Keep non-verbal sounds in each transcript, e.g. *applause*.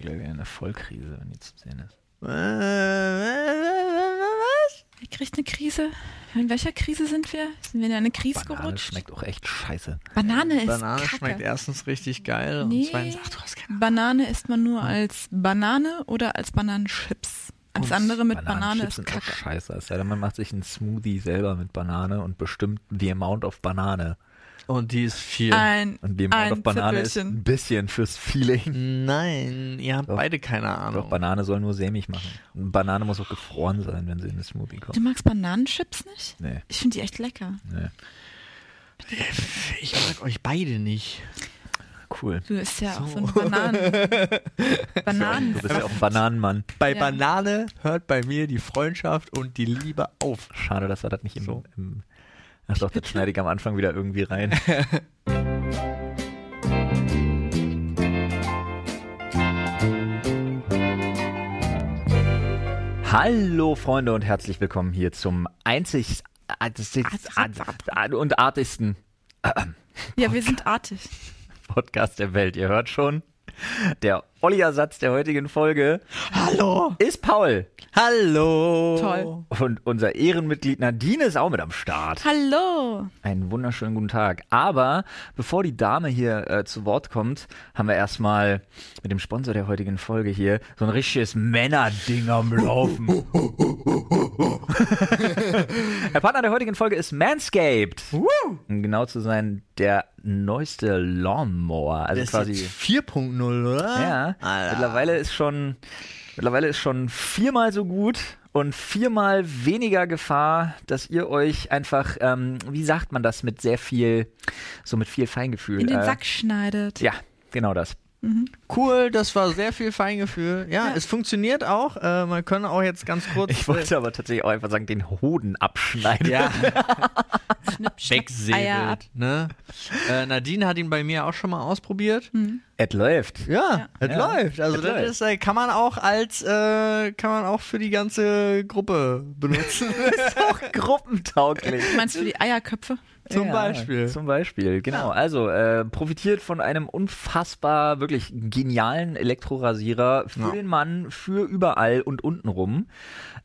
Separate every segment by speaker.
Speaker 1: glaube ich, eine Vollkrise, wenn die zu sehen ist.
Speaker 2: Was?
Speaker 3: Wer kriegt eine Krise? In welcher Krise sind wir? Sind wir in eine Krise
Speaker 1: Banane
Speaker 3: gerutscht?
Speaker 1: schmeckt auch echt scheiße.
Speaker 3: Banane ist
Speaker 2: Banane
Speaker 3: Kacke.
Speaker 2: schmeckt erstens richtig geil
Speaker 3: Nee.
Speaker 2: und zweitens, ach du hast keine
Speaker 3: Banane isst man
Speaker 1: Hm.
Speaker 3: nur als Banane oder als Bananenchips. Alles andere mit Banane
Speaker 1: Bananenchips
Speaker 3: ist
Speaker 1: sind auch
Speaker 3: Kacke.
Speaker 1: scheiße. Es sei denn, man macht sich einen Smoothie selber mit Banane und bestimmt the amount of Banane.
Speaker 2: Und die ist viel.
Speaker 3: Ein,
Speaker 1: Und the amount
Speaker 3: ein
Speaker 1: of Banane ist
Speaker 3: Zippelchen.
Speaker 1: ein bisschen fürs Feeling.
Speaker 2: Nein, ihr habt
Speaker 1: Doch.
Speaker 2: beide keine
Speaker 1: Doch
Speaker 3: Oh.
Speaker 2: Ahnung.
Speaker 1: Banane soll nur sämig machen. Und Banane muss auch gefroren sein, wenn sie in den Smoothie
Speaker 3: Du
Speaker 1: kommt.
Speaker 3: magst Bananenchips nicht?
Speaker 1: Nee,
Speaker 3: Ich finde die echt lecker.
Speaker 1: nee.
Speaker 2: Ich mag euch beide nicht.
Speaker 1: Cool.
Speaker 3: Du isst ja auch so eine Banane.
Speaker 1: *laughs*
Speaker 3: Bananen.
Speaker 1: Du bist ja auch ein Bananenmann.
Speaker 2: Bei
Speaker 3: Ja.
Speaker 2: Banane hört bei mir die Freundschaft und die Liebe auf.
Speaker 1: Schade, dass wir das nicht im.
Speaker 2: So.
Speaker 1: im ach doch, das schneide ich am Anfang wieder irgendwie
Speaker 2: *laughs*
Speaker 1: rein. Hallo Freunde und herzlich willkommen hier zum einzig ah, und artigsten
Speaker 3: Ja, wir sind artig.
Speaker 1: Podcast der Welt. Ihr hört schon, der Olli-Ersatz der heutigen Folge
Speaker 2: Hallo!
Speaker 1: ist Paul. Oh.
Speaker 2: Hallo!
Speaker 3: Toll.
Speaker 1: Und unser Ehrenmitglied Nadine ist auch mit am Start.
Speaker 3: Hallo.
Speaker 1: Einen wunderschönen guten Tag. Aber bevor die Dame hier äh, zu Wort kommt, haben wir erstmal mit dem Sponsor der heutigen Folge hier so ein richtiges Männerding am Laufen.
Speaker 2: *laughs*
Speaker 1: der Partner der heutigen Folge ist Manscaped. Um genau zu sein, der neueste Lawnmower. Also
Speaker 2: Das ist
Speaker 1: quasi.
Speaker 2: jetzt 4.0, oder?
Speaker 1: Ja,
Speaker 2: Alter.
Speaker 1: mittlerweile ist schon mittlerweile ist schon viermal so gut und viermal weniger Gefahr, dass ihr euch einfach, ähm, wie sagt man das, mit sehr viel, so mit viel Feingefühl.
Speaker 3: In den
Speaker 1: äh,
Speaker 3: Sack schneidet.
Speaker 1: Ja, genau das.
Speaker 2: Cool, das war sehr viel Feingefühl. Ja, es funktioniert auch. Äh, man kann auch jetzt ganz kurz.
Speaker 1: Ich wollte aber tatsächlich auch einfach sagen, den Hoden abschneiden.
Speaker 2: ja,
Speaker 3: Schnipp, schnapp, Eier ab.
Speaker 2: wegsäbelt. äh, Ne? Äh, Nadine hat ihn bei mir auch schon mal ausprobiert.
Speaker 1: *laughs* Es läuft. *laughs*
Speaker 2: Ja, es
Speaker 1: Ja.
Speaker 2: läuft. Also
Speaker 1: Es
Speaker 2: das
Speaker 1: läuft.
Speaker 2: Ist, äh, kann man auch als äh, kann man auch für die ganze Gruppe
Speaker 3: *laughs*
Speaker 2: benutzen. *laughs*
Speaker 1: Ist auch gruppentauglich.
Speaker 3: Meinst du die Eierköpfe?
Speaker 2: Zum Beispiel.
Speaker 1: Zum Beispiel, genau. Also äh, profitiert von einem unfassbar, wirklich genialen Elektrorasierer für
Speaker 2: Ja.
Speaker 1: den Mann, für überall und untenrum.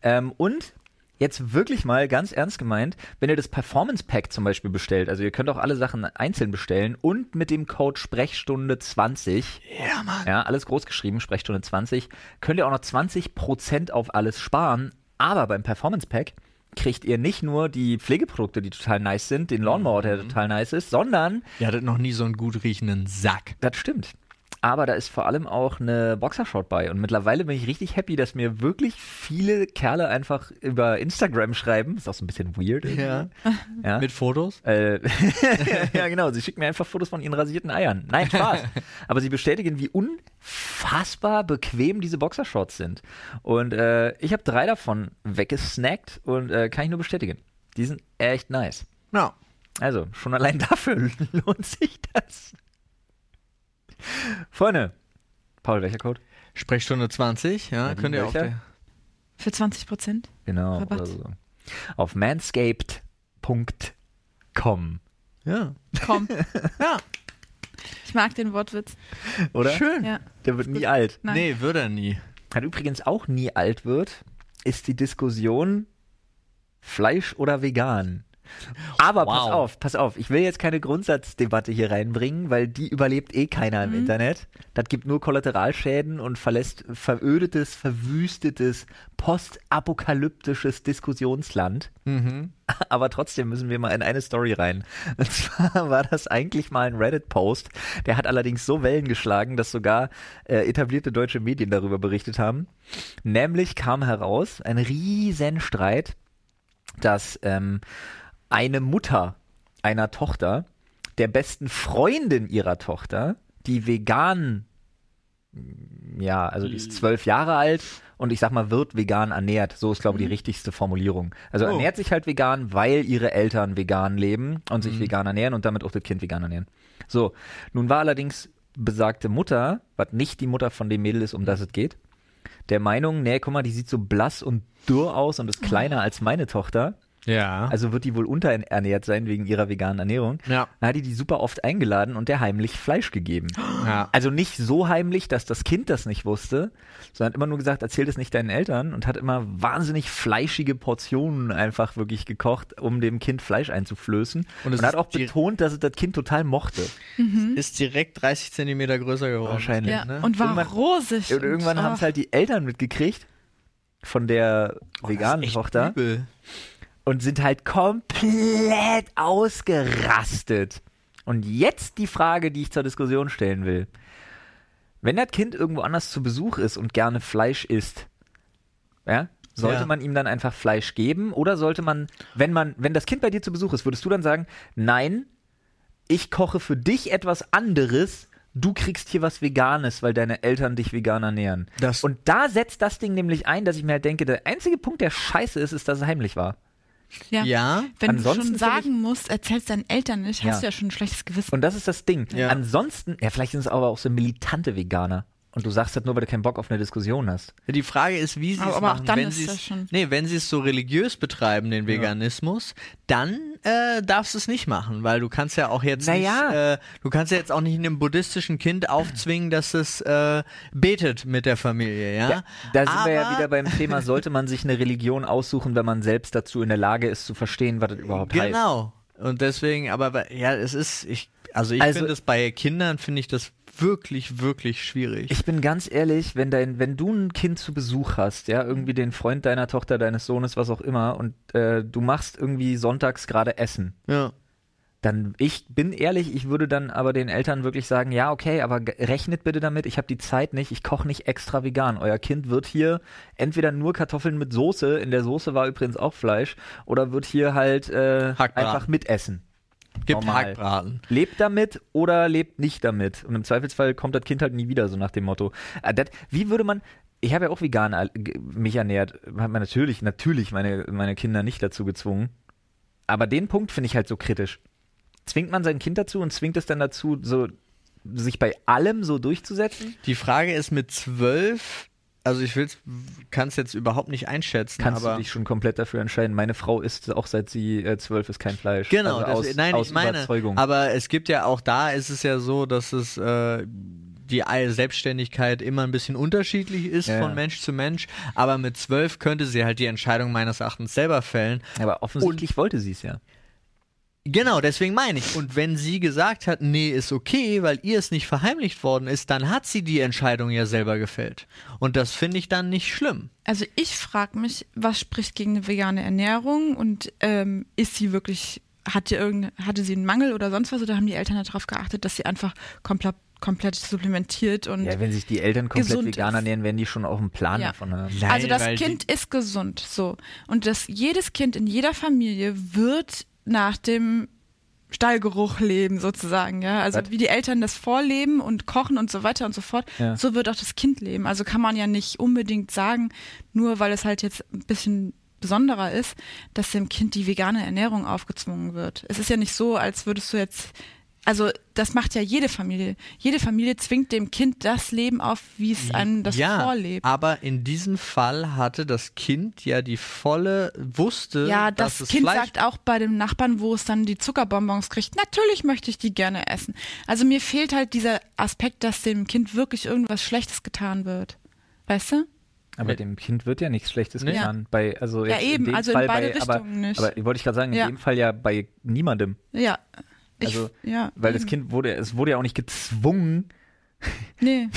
Speaker 1: Ähm, und jetzt wirklich mal ganz ernst gemeint, wenn ihr das Performance Pack zum Beispiel bestellt, also ihr könnt auch alle Sachen einzeln bestellen und mit dem Code Sprechstunde 20
Speaker 2: ja, Mann.
Speaker 1: ja, alles groß geschrieben, Sprechstunde 20. Könnt ihr auch noch 20% auf alles sparen, aber beim Performance Pack kriegt ihr nicht nur die Pflegeprodukte, die total nice sind, den Lawnmower, der total nice ist, sondern,
Speaker 2: Ihr hattet noch nie so einen gut riechenden Sack.
Speaker 1: das stimmt, aber da ist vor allem auch eine Boxershort bei und mittlerweile bin ich richtig happy, dass mir wirklich viele Kerle einfach über Instagram schreiben, ist auch so ein bisschen weird. irgendwie.
Speaker 2: Ja.
Speaker 1: Ja.
Speaker 2: Mit Fotos?
Speaker 1: Äh, *laughs* ja, genau. Sie schicken mir einfach Fotos von ihren rasierten Eiern. Nein, Spaß. Aber sie bestätigen, wie unfassbar bequem diese Boxershorts sind. Und äh, ich habe drei davon weggesnackt und äh, kann ich nur bestätigen. Die sind echt nice.
Speaker 2: Ja.
Speaker 1: Also, schon allein *laughs* dafür lohnt sich das. Freunde, Paul, welcher Code?
Speaker 2: Sprechstunde 20, ja,
Speaker 1: Nadine,
Speaker 2: könnt ihr auch.
Speaker 1: welcher?
Speaker 2: der-
Speaker 3: Für 20 Prozent?
Speaker 1: Genau.
Speaker 3: Rabatt.
Speaker 1: Oder so. Auf manscaped.com.
Speaker 2: Ja.
Speaker 3: Komm.
Speaker 2: Ja,
Speaker 3: Ich mag den Wortwitz.
Speaker 1: Oder?
Speaker 2: schön.
Speaker 3: Ja.
Speaker 1: Der wird nie alt.
Speaker 3: Nein.
Speaker 2: Nee, würde er nie.
Speaker 1: was übrigens auch nie alt wird, ist die Diskussion Fleisch oder vegan. Aber pass
Speaker 2: Wow.
Speaker 1: auf, pass auf, ich will jetzt keine Grundsatzdebatte hier reinbringen, weil die überlebt eh keiner im Internet. Das gibt nur Kollateralschäden und verlässt verödetes, verwüstetes, postapokalyptisches Diskussionsland.
Speaker 2: Mhm.
Speaker 1: Aber trotzdem müssen wir mal in eine Story rein. Und zwar *laughs* war das eigentlich mal ein Reddit-Post, der hat allerdings so Wellen geschlagen, dass sogar äh, etablierte deutsche Medien darüber berichtet haben. Nämlich kam heraus ein Riesenstreit, dass ähm, eine Mutter einer Tochter der besten Freundin ihrer Tochter, die vegan, ja, also die ist zwölf Jahre alt und ich sag mal, wird vegan ernährt. So ist, glaube ich, die richtigste Formulierung. Also
Speaker 2: Oh.
Speaker 1: ernährt sich halt vegan, weil ihre Eltern vegan leben und sich vegan ernähren und damit auch das Kind vegan ernähren. So, nun war allerdings besagte Mutter, was nicht die Mutter von dem Mädel ist, um das es geht, der Meinung, nee, guck mal, die sieht so blass und dürr aus und ist kleiner als meine Tochter.
Speaker 2: Ja.
Speaker 1: Also wird die wohl unterernährt sein wegen ihrer veganen Ernährung.
Speaker 2: Ja.
Speaker 1: Dann hat die die super oft eingeladen und der heimlich Fleisch gegeben.
Speaker 2: Ja.
Speaker 1: Also nicht so heimlich, dass das Kind das nicht wusste, sondern hat immer nur gesagt, erzähl das nicht deinen Eltern und hat immer wahnsinnig fleischige Portionen einfach wirklich gekocht, um dem Kind Fleisch einzuflößen.
Speaker 2: Und
Speaker 1: Und,
Speaker 2: es
Speaker 1: hat
Speaker 2: ist
Speaker 1: auch
Speaker 2: die-
Speaker 1: betont, dass es das Kind total mochte.
Speaker 2: Ist direkt 30 Zentimeter größer geworden.
Speaker 1: Wahrscheinlich.
Speaker 3: Mhm. Ja,
Speaker 2: ne?
Speaker 3: und war
Speaker 1: Irgendwann-
Speaker 3: rosig.
Speaker 1: Und irgendwann haben es halt die Eltern mitgekriegt von der veganen Tochter
Speaker 2: Übel.
Speaker 1: und sind halt komplett ausgerastet. Und jetzt die Frage, die ich zur Diskussion stellen will. Wenn das Kind irgendwo anders zu Besuch ist und gerne Fleisch isst, ja, sollte
Speaker 2: Ja.
Speaker 1: man ihm dann einfach Fleisch geben oder sollte man, wenn man, wenn das Kind bei dir zu Besuch ist, würdest du dann sagen, nein, ich koche für dich etwas anderes, du kriegst hier was Veganes, weil deine Eltern dich vegan ernähren.
Speaker 2: Das-
Speaker 1: und da setzt das Ding nämlich ein, dass ich mir halt denke, der einzige Punkt, der scheiße ist, ist, dass es heimlich war.
Speaker 3: Ja.
Speaker 2: Ja.
Speaker 3: Wenn
Speaker 1: Ansonsten
Speaker 3: du schon
Speaker 1: finde
Speaker 3: sagen musst, erzählst deinen Eltern nicht, hast
Speaker 1: Ja.
Speaker 3: du ja schon ein schlechtes Gewissen.
Speaker 1: Und das ist das Ding.
Speaker 2: Ja.
Speaker 1: Ansonsten, ja, vielleicht sind es aber auch so militante Veganer. Und du sagst das nur, weil du keinen Bock auf eine Diskussion hast.
Speaker 2: Die Frage ist, wie sie
Speaker 3: Aber-
Speaker 2: es
Speaker 3: aber auch
Speaker 2: machen.
Speaker 3: dann
Speaker 2: wenn
Speaker 3: ist
Speaker 2: sie
Speaker 3: das
Speaker 2: es-
Speaker 3: schon-
Speaker 2: Nee, wenn sie es so religiös betreiben, den Veganismus, dann äh, darfst du es nicht machen, weil du kannst ja auch jetzt
Speaker 1: Naja.
Speaker 2: nicht, äh, du kannst ja jetzt auch nicht einem buddhistischen Kind aufzwingen, dass es äh, betet mit der Familie, ja?
Speaker 1: Da, da sind
Speaker 2: aber,
Speaker 1: wir ja wieder beim Thema, sollte man sich eine Religion aussuchen, wenn man selbst dazu in der Lage ist, zu verstehen, was das überhaupt heißt.
Speaker 2: Genau. Und deswegen, aber bei- ja, es ist, ich, also ich
Speaker 1: Also-
Speaker 2: finde das bei Kindern finde ich das wirklich, wirklich schwierig.
Speaker 1: Ich bin ganz ehrlich, wenn dein, wenn du ein Kind zu Besuch hast, ja, irgendwie den Freund deiner Tochter, deines Sohnes, was auch immer, und äh, du machst irgendwie sonntags gerade Essen,
Speaker 2: ja.
Speaker 1: dann, ich bin ehrlich, ich würde dann aber den Eltern wirklich sagen, ja, okay, aber g- rechnet bitte damit, ich habe die Zeit nicht, ich koche nicht extra vegan. Euer Kind wird hier entweder nur Kartoffeln mit Soße, in der Soße war übrigens auch Fleisch, oder wird hier halt äh,
Speaker 2: Hackbraten.
Speaker 1: einfach mitessen.
Speaker 2: Gibt
Speaker 1: Normal.
Speaker 2: Hackbraten.
Speaker 1: Lebt damit oder lebt nicht damit. Und im Zweifelsfall kommt das Kind halt nie wieder, so nach dem Motto. Ah, das- Wie würde man. Ich habe ja auch vegan al- ge- mich ernährt. Hat man natürlich, natürlich meine, meine Kinder nicht dazu gezwungen. Aber den Punkt finde ich halt so kritisch. Zwingt man sein Kind dazu und zwingt es dann dazu, so sich bei allem so durchzusetzen?
Speaker 2: Die Frage ist mit zwölf, also ich kann es jetzt überhaupt nicht einschätzen,
Speaker 1: Kannst
Speaker 2: aber
Speaker 1: du dich schon komplett dafür entscheiden. Meine Frau isst auch seit sie äh, zwölf ist kein Fleisch.
Speaker 2: genau,
Speaker 1: also
Speaker 2: das,
Speaker 1: aus,
Speaker 2: nein,
Speaker 1: aus
Speaker 2: ich meine,
Speaker 1: Überzeugung.
Speaker 2: aber es gibt ja auch da ist es ja so, dass es äh, die Ei- Selbstständigkeit immer ein bisschen unterschiedlich ist
Speaker 1: Ja,
Speaker 2: von
Speaker 1: ja.
Speaker 2: Mensch zu Mensch, aber mit zwölf könnte sie halt die Entscheidung meines Erachtens selber fällen.
Speaker 1: aber offensichtlich wollte sie es ja.
Speaker 2: Genau, deswegen meine ich. Und wenn sie gesagt hat, nee, ist okay, weil ihr es nicht verheimlicht worden ist, dann hat sie die Entscheidung ja selber gefällt. Und das finde ich dann nicht schlimm.
Speaker 3: Also ich frage mich, was spricht gegen eine vegane Ernährung und ähm, ist sie wirklich, hat die irgende, hatte sie einen Mangel oder sonst was oder haben die Eltern darauf geachtet, dass sie einfach komplett, komplett supplementiert und
Speaker 1: Ja, wenn sich die Eltern komplett
Speaker 3: gesund
Speaker 1: vegan
Speaker 3: ist.
Speaker 1: ernähren, werden die schon auch einen Plan davon haben.
Speaker 2: Nein,
Speaker 3: also das
Speaker 2: weil die-
Speaker 3: Kind ist gesund, so. Und das, jedes Kind in jeder Familie wird nach dem Stallgeruch leben, sozusagen, ja. Also
Speaker 1: Was?
Speaker 3: wie die Eltern das vorleben und kochen und so weiter und so fort,
Speaker 1: Ja.
Speaker 3: so wird auch das Kind leben. Also kann man ja nicht unbedingt sagen, nur weil es halt jetzt ein bisschen besonderer ist, dass dem Kind die vegane Ernährung aufgezwungen wird. Es ist ja nicht so, als würdest du jetzt also das macht ja jede Familie. Jede Familie zwingt dem Kind das Leben auf, wie es einem das
Speaker 2: ja,
Speaker 3: vorlebt.
Speaker 2: Aber in diesem Fall hatte das Kind ja die volle, wusste,
Speaker 3: Ja,
Speaker 2: dass
Speaker 3: das
Speaker 2: es
Speaker 3: Kind
Speaker 2: Fleisch
Speaker 3: sagt auch bei dem Nachbarn, wo es dann die Zuckerbonbons kriegt, natürlich möchte ich die gerne essen. Also mir fehlt halt dieser Aspekt, dass dem Kind wirklich irgendwas Schlechtes getan wird. Weißt du?
Speaker 1: Aber dem Kind wird ja nichts Schlechtes
Speaker 2: Nee.
Speaker 1: getan. Bei, also
Speaker 3: Ja,
Speaker 1: jetzt in
Speaker 3: eben,
Speaker 1: dem
Speaker 3: also in
Speaker 1: Fall
Speaker 3: beide
Speaker 1: bei, aber,
Speaker 3: Richtungen nicht.
Speaker 1: Aber wollte ich gerade sagen, in
Speaker 3: Ja.
Speaker 1: dem Fall ja bei niemandem.
Speaker 3: Ja. Ich,
Speaker 1: Also,
Speaker 3: ja, mm,
Speaker 1: Weil das
Speaker 3: eben.
Speaker 1: Kind wurde, es wurde ja auch nicht gezwungen, *laughs*
Speaker 3: Nee.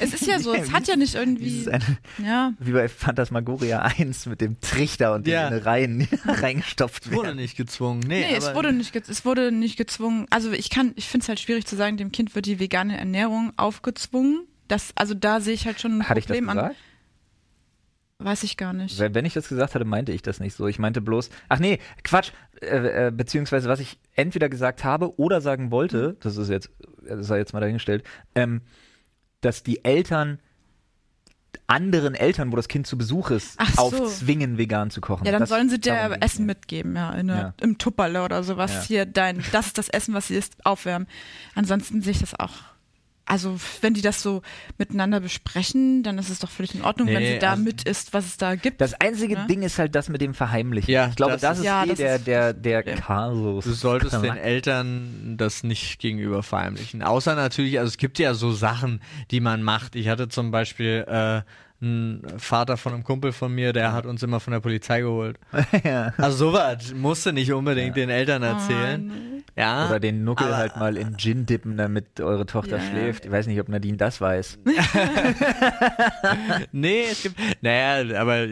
Speaker 3: es ist ja so, es hat ja nicht irgendwie.
Speaker 1: dieses eine,
Speaker 3: Ja.
Speaker 1: wie bei Phantasmagoria 1 mit dem Trichter und
Speaker 2: Ja.
Speaker 1: den Reihen *laughs* die reingestopft
Speaker 2: wurde
Speaker 1: werden.
Speaker 2: nicht gezwungen. Nee,
Speaker 3: Nee, es
Speaker 2: aber-
Speaker 3: wurde, nicht, ge- es wurde nicht gezwungen. Also ich kann, ich finde es halt schwierig zu sagen, dem Kind wird die vegane Ernährung aufgezwungen. Das, also da sehe ich halt schon ein
Speaker 1: Hatte ich das
Speaker 3: Problem an.
Speaker 1: gesagt?
Speaker 3: Weiß ich gar nicht.
Speaker 1: Weil Wenn ich das gesagt hatte, meinte ich das nicht so. Ich meinte bloß, ach nee, Quatsch, äh, äh, beziehungsweise was ich entweder gesagt habe oder sagen
Speaker 3: Mhm.
Speaker 1: wollte, das ist jetzt, das sei jetzt mal dahingestellt, ähm, dass die Eltern anderen Eltern, wo das Kind zu Besuch ist,
Speaker 3: Ach so.
Speaker 1: aufzwingen, vegan zu kochen.
Speaker 3: Ja, dann
Speaker 1: Das-
Speaker 3: sollen sie
Speaker 1: darum
Speaker 3: dir
Speaker 1: ging's
Speaker 3: Essen
Speaker 1: mir.
Speaker 3: mitgeben, ja, in der,
Speaker 1: Ja.
Speaker 3: im Tupperle oder sowas.
Speaker 1: Ja.
Speaker 3: Hier, dein, das ist das Essen, was sie isst, aufwärmen. Ansonsten sehe ich das auch also wenn die das so miteinander besprechen, dann ist es doch völlig in Ordnung, wenn
Speaker 2: Nee,
Speaker 3: sie da
Speaker 2: also-
Speaker 3: mit ist, was es da gibt.
Speaker 1: Das einzige
Speaker 3: Ne?
Speaker 1: Ding ist halt das mit dem Verheimlichen.
Speaker 2: Ja,
Speaker 1: ich glaube, das, ist
Speaker 2: das ist-
Speaker 3: Ja,
Speaker 1: eh
Speaker 3: das
Speaker 1: der,
Speaker 3: ist-
Speaker 1: der, der Kasus.
Speaker 2: Du solltest den
Speaker 1: Knack.
Speaker 2: Eltern das nicht gegenüber verheimlichen. Außer natürlich, also es gibt ja so Sachen, die man macht. Ich hatte zum Beispiel äh, einen Vater von einem Kumpel von mir, der hat uns immer von der Polizei geholt.
Speaker 1: *laughs* ja.
Speaker 2: Also sowas musst du nicht unbedingt den
Speaker 3: Ah,
Speaker 2: Eltern erzählen. ja.
Speaker 1: Oder den Nuckel
Speaker 2: aber-
Speaker 1: halt mal in Gin dippen, damit eure Tochter
Speaker 3: Ja, ja.
Speaker 1: schläft. Ich weiß nicht, ob Nadine das weiß.
Speaker 2: Nee, es gibt. Naja, aber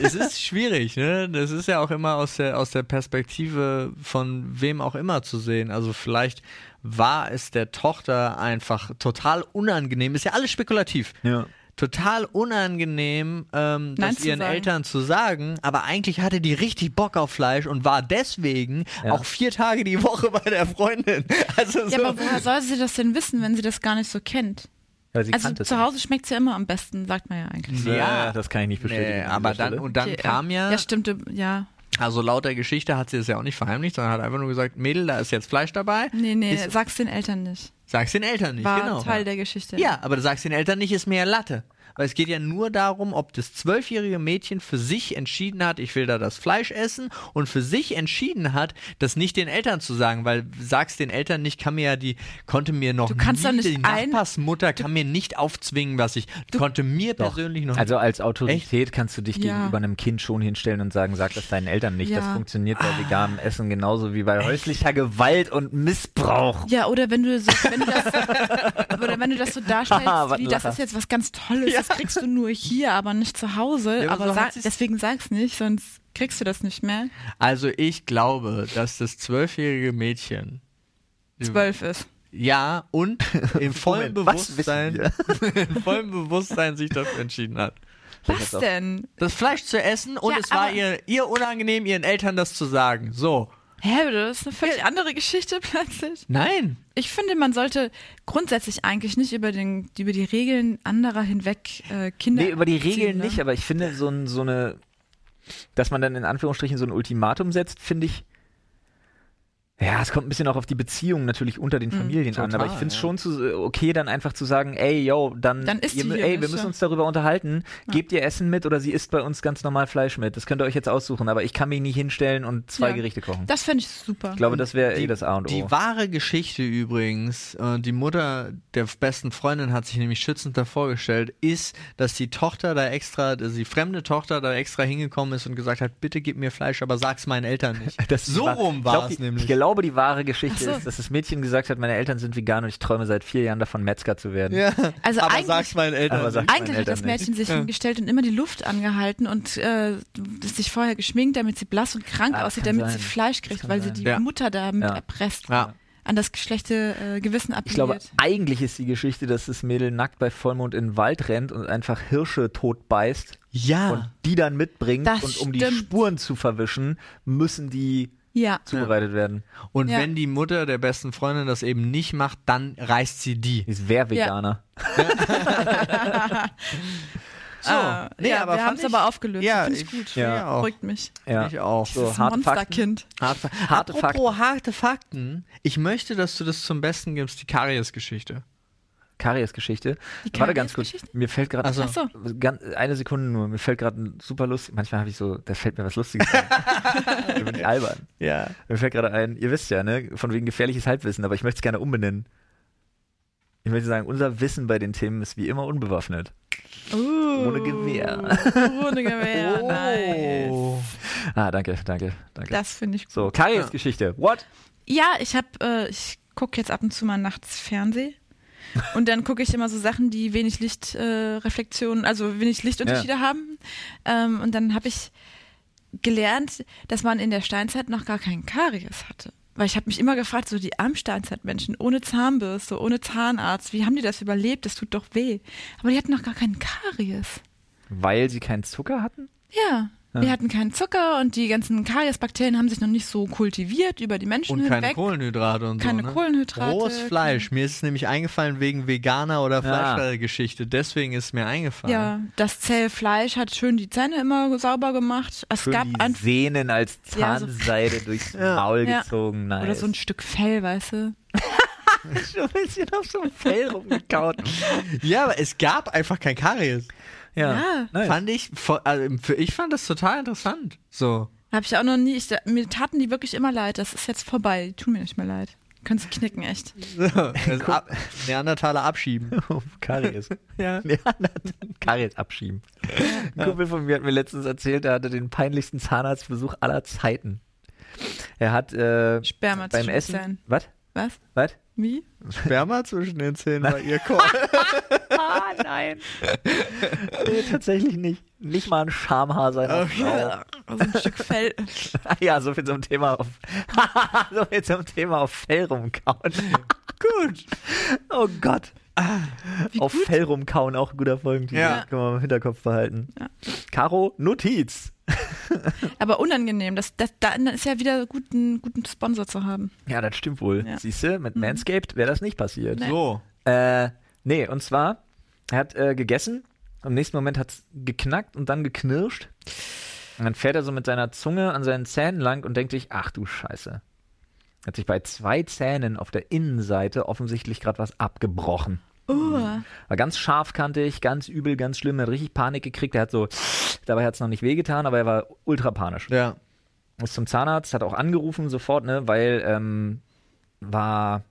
Speaker 2: es ist schwierig, ne? Das ist ja auch immer aus der, aus der Perspektive von wem auch immer zu sehen. Also vielleicht war es der Tochter einfach total unangenehm. Ist ja alles spekulativ.
Speaker 1: Ja.
Speaker 2: Total unangenehm, ähm,
Speaker 3: Nein
Speaker 2: das
Speaker 3: zu
Speaker 2: ihren
Speaker 3: sagen.
Speaker 2: Eltern zu sagen, aber eigentlich hatte die richtig Bock auf Fleisch und war deswegen auch vier Tage die Woche bei der Freundin. Also so.
Speaker 3: ja, aber woher soll sie das denn wissen, wenn sie das gar nicht so kennt?
Speaker 1: Weil sie
Speaker 3: also
Speaker 1: kannte es
Speaker 3: zu Hause schmeckt es ja immer am besten, sagt man ja eigentlich.
Speaker 1: nicht.
Speaker 2: Ja.
Speaker 1: Äh, das kann ich nicht bestätigen.
Speaker 2: nee,
Speaker 1: an
Speaker 2: aber
Speaker 1: dieser
Speaker 2: dann,
Speaker 1: Stelle.
Speaker 2: und dann
Speaker 3: Die, äh,
Speaker 2: kam ja,
Speaker 3: Ja, stimmt, äh, ja.
Speaker 2: Also laut der Geschichte hat sie es ja auch nicht verheimlicht, sondern hat einfach nur gesagt, Mädel, da ist jetzt Fleisch dabei.
Speaker 3: Nee, nee,
Speaker 2: Ist,
Speaker 3: sag's den Eltern nicht.
Speaker 2: sag's den Eltern nicht,
Speaker 3: War
Speaker 2: genau.
Speaker 3: Teil der Geschichte.
Speaker 2: ja, aber sag's den Eltern nicht, ist mir ja Latte. Weil es geht ja nur darum, ob das zwölfjährige Mädchen für sich entschieden hat, ich will da das Fleisch essen und für sich entschieden hat, das nicht den Eltern zu sagen, weil sag's den Eltern nicht, kann mir ja die, konnte mir noch
Speaker 3: Du kannst
Speaker 2: nie,
Speaker 3: doch nicht
Speaker 2: die
Speaker 3: ein-
Speaker 2: Nachbarsmutter kann mir nicht aufzwingen, was ich, konnte mir persönlich noch
Speaker 1: Also als Autorität kannst du dich
Speaker 3: Ja.
Speaker 1: gegenüber einem Kind schon hinstellen und sagen, sag das deinen Eltern nicht. Das
Speaker 3: Ja.
Speaker 1: funktioniert bei veganem Essen genauso wie bei häuslicher Gewalt und Missbrauch.
Speaker 3: Ja, oder wenn du so, wenn du das, *laughs* oder wenn du das so darstellst,
Speaker 1: Haha, was ein
Speaker 3: wie das
Speaker 1: Lacher.
Speaker 3: ist jetzt was ganz Tolles, das kriegst du nur hier, aber nicht zu Hause.
Speaker 2: Ja, aber
Speaker 3: aber
Speaker 2: so hat
Speaker 3: sag,
Speaker 2: sie's-
Speaker 3: deswegen sag's nicht, sonst kriegst du das nicht mehr.
Speaker 2: Also ich glaube, dass das zwölfjährige Mädchen
Speaker 3: Zwölf ist.
Speaker 2: Ja, und
Speaker 1: *laughs*
Speaker 2: im vollen
Speaker 1: Moment, was wissen
Speaker 2: Bewusstsein, *laughs* im vollen Bewusstsein sich dafür entschieden hat.
Speaker 3: Was denn?
Speaker 2: Das Fleisch zu essen und
Speaker 3: Ja,
Speaker 2: es war
Speaker 3: aber-
Speaker 2: ihr, ihr unangenehm, ihren Eltern das zu sagen. So.
Speaker 3: Hä, das ist eine völlig andere Geschichte plötzlich.
Speaker 2: Nein.
Speaker 3: Ich finde, man sollte grundsätzlich eigentlich nicht über, den, über die Regeln anderer hinweg äh, Kinder.
Speaker 1: Nee, über die
Speaker 3: erziehen,
Speaker 1: Regeln
Speaker 3: ne?
Speaker 1: nicht, aber ich finde so, ein, so eine, dass man dann in Anführungsstrichen so ein Ultimatum setzt, finde ich, ja, es kommt ein bisschen auch auf die Beziehung natürlich unter den
Speaker 3: Hm,
Speaker 1: Familien an, aber ich
Speaker 2: Total,
Speaker 1: finde es
Speaker 2: ja.
Speaker 1: schon zu, okay, dann einfach zu sagen, ey, yo, dann,
Speaker 3: Dann isst
Speaker 1: ihr,
Speaker 3: sie
Speaker 1: mü-
Speaker 3: hier
Speaker 1: ey,
Speaker 3: nicht,
Speaker 1: wir müssen
Speaker 3: ja.
Speaker 1: uns darüber unterhalten, gebt ihr Essen mit oder sie isst bei uns ganz normal Fleisch mit. Das könnt ihr euch jetzt aussuchen, aber ich kann mich nie hinstellen und zwei
Speaker 3: Ja.
Speaker 1: Gerichte kochen.
Speaker 3: Das fände ich super.
Speaker 1: Ich glaube, das wäre eh das A und O.
Speaker 2: Die wahre Geschichte übrigens, äh, die Mutter der besten Freundin hat sich nämlich schützend davor gestellt, ist, dass die Tochter da extra, dass die fremde Tochter da extra hingekommen ist und gesagt hat, bitte gib mir Fleisch, aber sag's meinen Eltern nicht.
Speaker 1: *laughs* Das
Speaker 2: so
Speaker 1: war-
Speaker 2: rum
Speaker 1: ich
Speaker 2: war
Speaker 1: glaub,
Speaker 2: es
Speaker 1: die,
Speaker 2: nämlich.
Speaker 1: Ich glaube, die wahre Geschichte
Speaker 3: Ach so.
Speaker 1: ist, dass das Mädchen gesagt hat, meine Eltern sind vegan und ich träume seit vier Jahren davon, Metzger zu werden.
Speaker 2: Ja.
Speaker 3: Also
Speaker 2: aber
Speaker 3: eigentlich-
Speaker 2: sag's meinen Eltern.
Speaker 1: Aber
Speaker 2: nicht.
Speaker 1: sag's-
Speaker 3: Eigentlich
Speaker 1: meinen
Speaker 3: hat das
Speaker 1: Eltern nicht.
Speaker 3: Mädchen sich hingestellt und immer die Luft angehalten und äh, sich vorher geschminkt, damit sie blass und krank
Speaker 1: Ah, das
Speaker 3: aussieht,
Speaker 1: kann
Speaker 3: damit
Speaker 1: sein.
Speaker 3: sie Fleisch kriegt, weil sie die
Speaker 2: Ja.
Speaker 3: Mutter damit
Speaker 1: Ja.
Speaker 3: erpresst.
Speaker 2: Ja.
Speaker 3: An das schlechte äh, Gewissen appelliert.
Speaker 1: Ich glaube, eigentlich ist die Geschichte, dass das Mädel nackt bei Vollmond in den Wald rennt und einfach Hirsche tot beißt
Speaker 2: ja.
Speaker 1: und die dann mitbringt.
Speaker 3: Das
Speaker 1: und um die
Speaker 3: stimmt.
Speaker 1: Spuren zu verwischen, müssen die
Speaker 3: ja.
Speaker 1: zubereitet werden.
Speaker 2: Und
Speaker 3: Ja.
Speaker 2: wenn die Mutter der besten Freundin das eben nicht macht, dann reißt sie die.
Speaker 1: Ist wer Veganer?
Speaker 2: So,
Speaker 3: Ah, ja, wir
Speaker 2: fand
Speaker 3: haben's
Speaker 2: ich-
Speaker 3: aber aufgelöst.
Speaker 2: Ja,
Speaker 3: Finde ich
Speaker 2: ich-
Speaker 3: gut.
Speaker 2: Ja, auch.
Speaker 3: Beruhigt mich.
Speaker 1: Ja.
Speaker 2: Ich auch.
Speaker 1: So,
Speaker 3: das
Speaker 1: harte Fakten.
Speaker 3: Monsterkind.
Speaker 2: Harte,
Speaker 1: Harte
Speaker 2: Apropos harte Fakten. Ich möchte, dass du das zum Besten gibst, die Karies-Geschichte.
Speaker 1: Karies-Geschichte. Warte ganz kurz.
Speaker 3: Karies-Geschichte?
Speaker 1: Mir fällt gerade
Speaker 2: Ach so.
Speaker 3: Ach so.
Speaker 1: Gan- eine Sekunde nur. Mir fällt gerade ein super lustig. Manchmal habe ich so, da fällt mir was Lustiges ein. da bin ich albern.
Speaker 2: Ja.
Speaker 1: Mir fällt gerade ein, ihr wisst ja, ne, von wegen gefährliches Halbwissen, aber ich möchte es gerne umbenennen. Ich möchte sagen, unser Wissen bei den Themen ist wie immer unbewaffnet. Ohne Gewehr.
Speaker 2: *laughs*
Speaker 3: Ohne Gewehr.
Speaker 2: Oh.
Speaker 3: Nein.
Speaker 1: Ah, danke, danke, danke.
Speaker 3: Das finde ich gut.
Speaker 1: so, Karies Geschichte. What?
Speaker 3: Ja, ich habe, äh, ich gucke jetzt ab und zu mal nachts Fernseh. Und dann gucke ich immer so Sachen, die wenig Lichtreflexionen, äh, Reflexionen- also wenig Lichtunterschiede haben. Ähm, und dann habe ich gelernt, dass man in der Steinzeit noch gar keinen Karies hatte. Weil ich habe mich immer gefragt, so die Armsteinzeitmenschen ohne Zahnbürste, ohne Zahnarzt, wie haben die das überlebt? Das tut doch weh. Aber die hatten noch gar keinen Karies.
Speaker 1: Weil sie keinen Zucker hatten?
Speaker 3: Ja. Wir hatten keinen Zucker und die ganzen Kariesbakterien haben sich noch nicht so kultiviert über die Menschen
Speaker 2: Und keine
Speaker 3: hinweg.
Speaker 2: Kohlenhydrate und
Speaker 3: Keine
Speaker 2: so. Ne?
Speaker 3: Kohlenhydrate,
Speaker 2: Rohes Fleisch. Mir ist es nämlich eingefallen wegen Veganer- oder
Speaker 1: Ja.
Speaker 2: Fleischgeschichte. Deswegen ist es mir eingefallen.
Speaker 3: Ja, das zähe Fleisch hat schön die Zähne immer sauber gemacht. Es
Speaker 1: Schön
Speaker 3: gab
Speaker 1: die
Speaker 3: ein
Speaker 1: Sehnen als
Speaker 3: Ja, so-
Speaker 1: Zahnseide durchs Maul
Speaker 3: *laughs* Ja.
Speaker 1: gezogen. Nice.
Speaker 3: oder so ein Stück Fell, weißt du?
Speaker 1: schon
Speaker 3: *laughs*
Speaker 1: ein bisschen auf so einem Fell rumgekaut.
Speaker 2: Ja, aber es gab einfach kein Karies.
Speaker 3: Ja.
Speaker 1: Nice.
Speaker 2: Fand ich, vo- also für- ich fand das total interessant.
Speaker 1: *laughs*
Speaker 2: So.
Speaker 3: Habe ich auch noch nie. Ich, mir taten die wirklich immer leid. Das ist jetzt vorbei. Die tun mir nicht mehr leid. Können sie knicken, echt.
Speaker 2: Also ab, Neandertaler abschieben.
Speaker 1: Oh, Karies.
Speaker 2: Ja.
Speaker 1: *laughs* Ja, na, dann Karies abschieben. Ein Kumpel von mir hat mir letztens erzählt, er hatte den peinlichsten Zahnarztbesuch aller Zeiten. Er hat äh,
Speaker 3: Sperma
Speaker 1: beim
Speaker 3: zwischen
Speaker 1: Essen.
Speaker 3: Zähnen.
Speaker 1: Was?
Speaker 3: Was?
Speaker 1: Was?
Speaker 3: Wie?
Speaker 2: Sperma zwischen den Zähnen bei ihr kommt. *laughs*
Speaker 1: Ah, nein. *laughs* nee, tatsächlich nicht. Nicht mal ein Schamhaar seiner
Speaker 2: Okay.
Speaker 1: Frau.
Speaker 3: Also
Speaker 1: *laughs*
Speaker 3: ein Stück Fell.
Speaker 1: Ja, so viel zum Thema auf. *laughs* so viel zum Thema auf Fell rumkauen.
Speaker 2: *laughs* Gut. Ah,
Speaker 1: Oh Gott. auf Fell rumkauen, auch ein guter Folgentitel.
Speaker 2: Ja.
Speaker 1: Können wir mal im Hinterkopf behalten. Caro, Notiz.
Speaker 3: Aber unangenehm. Das, das, da ist ja wieder gut, einen guten Sponsor zu haben.
Speaker 1: Ja, das stimmt wohl.
Speaker 3: Ja.
Speaker 1: Siehst du,
Speaker 2: Mhm.
Speaker 1: mit Manscaped wäre das nicht passiert.
Speaker 3: Nee.
Speaker 2: So.
Speaker 1: Äh, nee, und zwar, er hat äh, gegessen, im nächsten Moment hat's geknackt und dann geknirscht. Und dann fährt er so mit seiner Zunge an seinen Zähnen lang und denkt sich, ach du Scheiße. Hat sich bei zwei Zähnen auf der Innenseite offensichtlich gerade was abgebrochen.
Speaker 3: Uh,
Speaker 1: War ganz scharfkantig, ganz übel, ganz schlimm, er hat richtig Panik gekriegt. Er hat so, *sniffs* dabei hat's noch nicht wehgetan, aber er war ultra panisch
Speaker 2: Ja.
Speaker 1: ist zum Zahnarzt, hat auch angerufen sofort, ne, weil ähm, war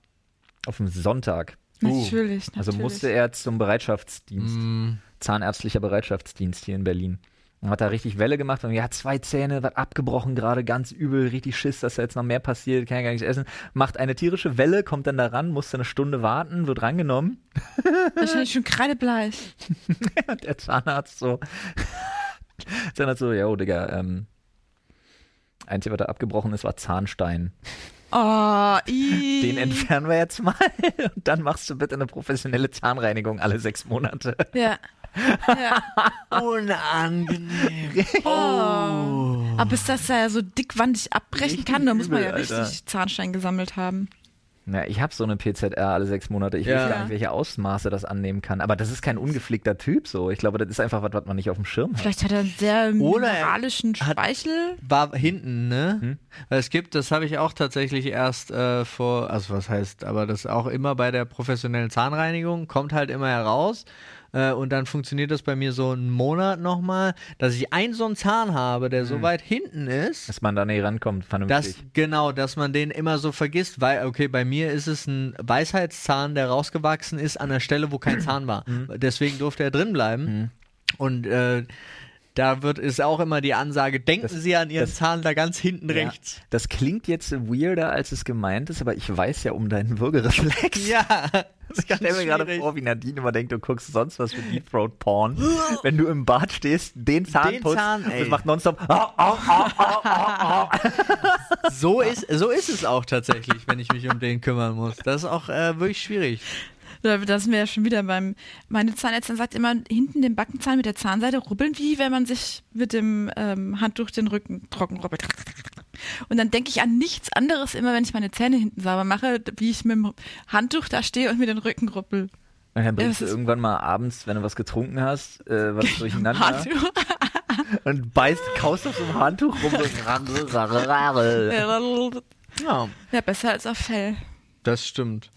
Speaker 1: auf dem Sonntag.
Speaker 3: Uh. natürlich, natürlich.
Speaker 1: Also musste er zum Bereitschaftsdienst,
Speaker 2: Mhm. Mm.
Speaker 1: zahnärztlicher Bereitschaftsdienst hier in Berlin. Und hat da richtig Welle gemacht und ja, zwei Zähne, was abgebrochen gerade, ganz übel, richtig Schiss, dass da jetzt noch mehr passiert, kann ja gar nichts essen. Macht eine tierische Welle, kommt dann da ran, musste eine Stunde warten, wird rangenommen. *laughs*
Speaker 3: Wahrscheinlich schon kreidebleich.
Speaker 1: Und der Zahnarzt so, *laughs* Zahnarzt so, ja, Digga, ähm, einzige, was da abgebrochen ist, war Zahnstein. *laughs*
Speaker 3: Oh, i.
Speaker 1: Den entfernen wir jetzt mal *laughs* und dann machst du bitte eine professionelle Zahnreinigung alle sechs Monate.
Speaker 3: Ja. ja.
Speaker 2: Unangenehm.
Speaker 3: Oh. Aber bis das da ja so dickwandig abbrechen
Speaker 1: Richtig
Speaker 3: kann, da muss man ja
Speaker 1: übel,
Speaker 3: richtig
Speaker 1: Alter.
Speaker 3: Zahnstein gesammelt haben.
Speaker 1: Na, ich habe so eine PZR alle sechs Monate. Ich
Speaker 2: Ja.
Speaker 1: weiß gar nicht, welche Ausmaße das annehmen kann. Aber das ist kein ungepflegter Typ so. Ich glaube, das ist einfach was, was man nicht auf dem Schirm hat.
Speaker 3: Vielleicht hat er einen sehr
Speaker 2: Oder er
Speaker 3: mineralischen
Speaker 2: hat-
Speaker 3: Speichel.
Speaker 2: War hinten, ne? Weil Es gibt, das habe ich auch tatsächlich erst äh, vor, also was heißt, aber das auch immer bei der professionellen Zahnreinigung, kommt halt immer heraus. Äh, und dann funktioniert das bei mir so einen Monat nochmal, dass ich einen so einen Zahn habe, der so weit hinten ist.
Speaker 1: Dass man da nicht rankommt,
Speaker 2: Das,
Speaker 1: vernünftig.
Speaker 2: genau, dass man den immer so vergisst, weil, okay, bei mir ist es ein Weisheitszahn, der rausgewachsen ist an der Stelle,
Speaker 1: *clears throat*
Speaker 2: wo kein Zahn war.
Speaker 1: Mhm.
Speaker 2: Deswegen durfte er drin bleiben. Und äh, da wird ist auch immer die Ansage, denken Sie an Ihren Zahn da ganz hinten rechts. *laughs*
Speaker 1: Ja. Das klingt jetzt weirder, als es gemeint ist, aber ich weiß ja um deinen Würgereflex.
Speaker 2: Ja, das ist
Speaker 1: Ich
Speaker 2: ganz
Speaker 1: stelle mir gerade
Speaker 2: schwierig.
Speaker 1: vor, wie Nadine immer denkt, du guckst sonst was für Deep Throat
Speaker 2: *laughs*
Speaker 1: Porn, wenn du im Bad stehst, den Zahn
Speaker 2: Den
Speaker 1: putzt
Speaker 2: Zahn,
Speaker 1: und
Speaker 2: ey.
Speaker 1: es macht nonstop. ah! Au, au, au, au, au, au.
Speaker 2: So ist, so ist es auch tatsächlich, wenn ich mich um den kümmern muss. Das ist auch äh, wirklich schwierig.
Speaker 3: Da da sind wir ja schon wieder beim. Meine Zahnärztin sagt immer, hinten den Backenzahn mit der Zahnseite rubbeln, wie wenn man sich mit dem ähm, Handtuch den Rücken trocken rubbelt. Und dann denke ich an nichts anderes immer, wenn ich meine Zähne hinten sauber mache, wie ich mit dem Handtuch da stehe und mir den Rücken rubbel.
Speaker 1: Und dann bringst
Speaker 3: das
Speaker 1: du
Speaker 3: ist-
Speaker 1: irgendwann mal abends, wenn du was getrunken hast, äh,
Speaker 2: *laughs* Genau.
Speaker 1: was durcheinander
Speaker 3: Handtuch.
Speaker 1: und beißt, kaust auf so einem Handtuch rum. So.
Speaker 2: Ja,
Speaker 3: Ja, besser als auf Fell.
Speaker 2: das stimmt.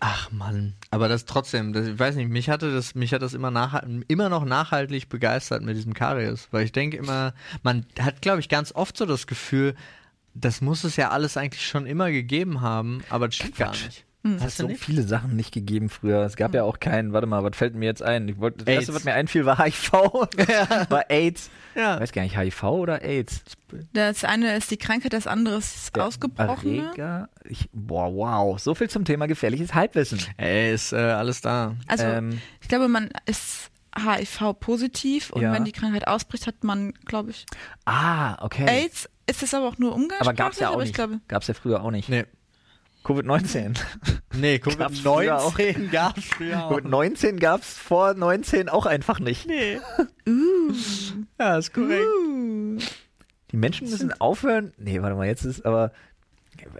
Speaker 2: Ach Mann, aber das trotzdem, das, ich weiß nicht, mich hatte das, mich hat das immer, nach, immer noch nachhaltig begeistert mit diesem Karies, weil ich denke immer, man hat, glaube ich, ganz oft so das Gefühl, das muss es ja alles eigentlich schon immer gegeben haben, aber das stimmt gar nicht.
Speaker 1: Es hat so viele Sachen nicht gegeben früher. Es gab ja auch keinen. Warte mal, was fällt mir jetzt ein? Ich wollte, das
Speaker 2: AIDS.
Speaker 1: erste, was mir einfiel, war HIV. *laughs* War AIDS.
Speaker 2: Ja.
Speaker 1: Ich weiß gar nicht, HIV oder AIDS?
Speaker 3: Das eine ist die Krankheit, das andere ist
Speaker 1: Der
Speaker 3: ausgebrochene.
Speaker 1: Erreger. Ich, boah, wow. So viel zum Thema gefährliches Halbwissen.
Speaker 2: Ey, ist äh, alles da.
Speaker 3: Also
Speaker 1: Ähm.
Speaker 3: ich glaube, man ist HIV-positiv und
Speaker 1: Ja.
Speaker 3: wenn die Krankheit ausbricht, hat man, glaube ich,
Speaker 1: Ah, okay.
Speaker 3: AIDS. Ist das aber auch nur umgangssprachlich?
Speaker 1: Aber gab's ja auch
Speaker 3: aber ich
Speaker 1: nicht.
Speaker 3: Glaube,
Speaker 1: Gab's ja früher auch nicht.
Speaker 2: Nee,
Speaker 1: Covid-19.
Speaker 2: nee,
Speaker 1: Gab's früher auch.
Speaker 2: Covid-19 gab es früher auch.
Speaker 1: Covid-19 gab's vor 19 auch einfach nicht.
Speaker 2: Nee. Ja, ist korrekt.
Speaker 1: Uh. Die Menschen müssen aufhören. Nee, warte mal, jetzt ist aber.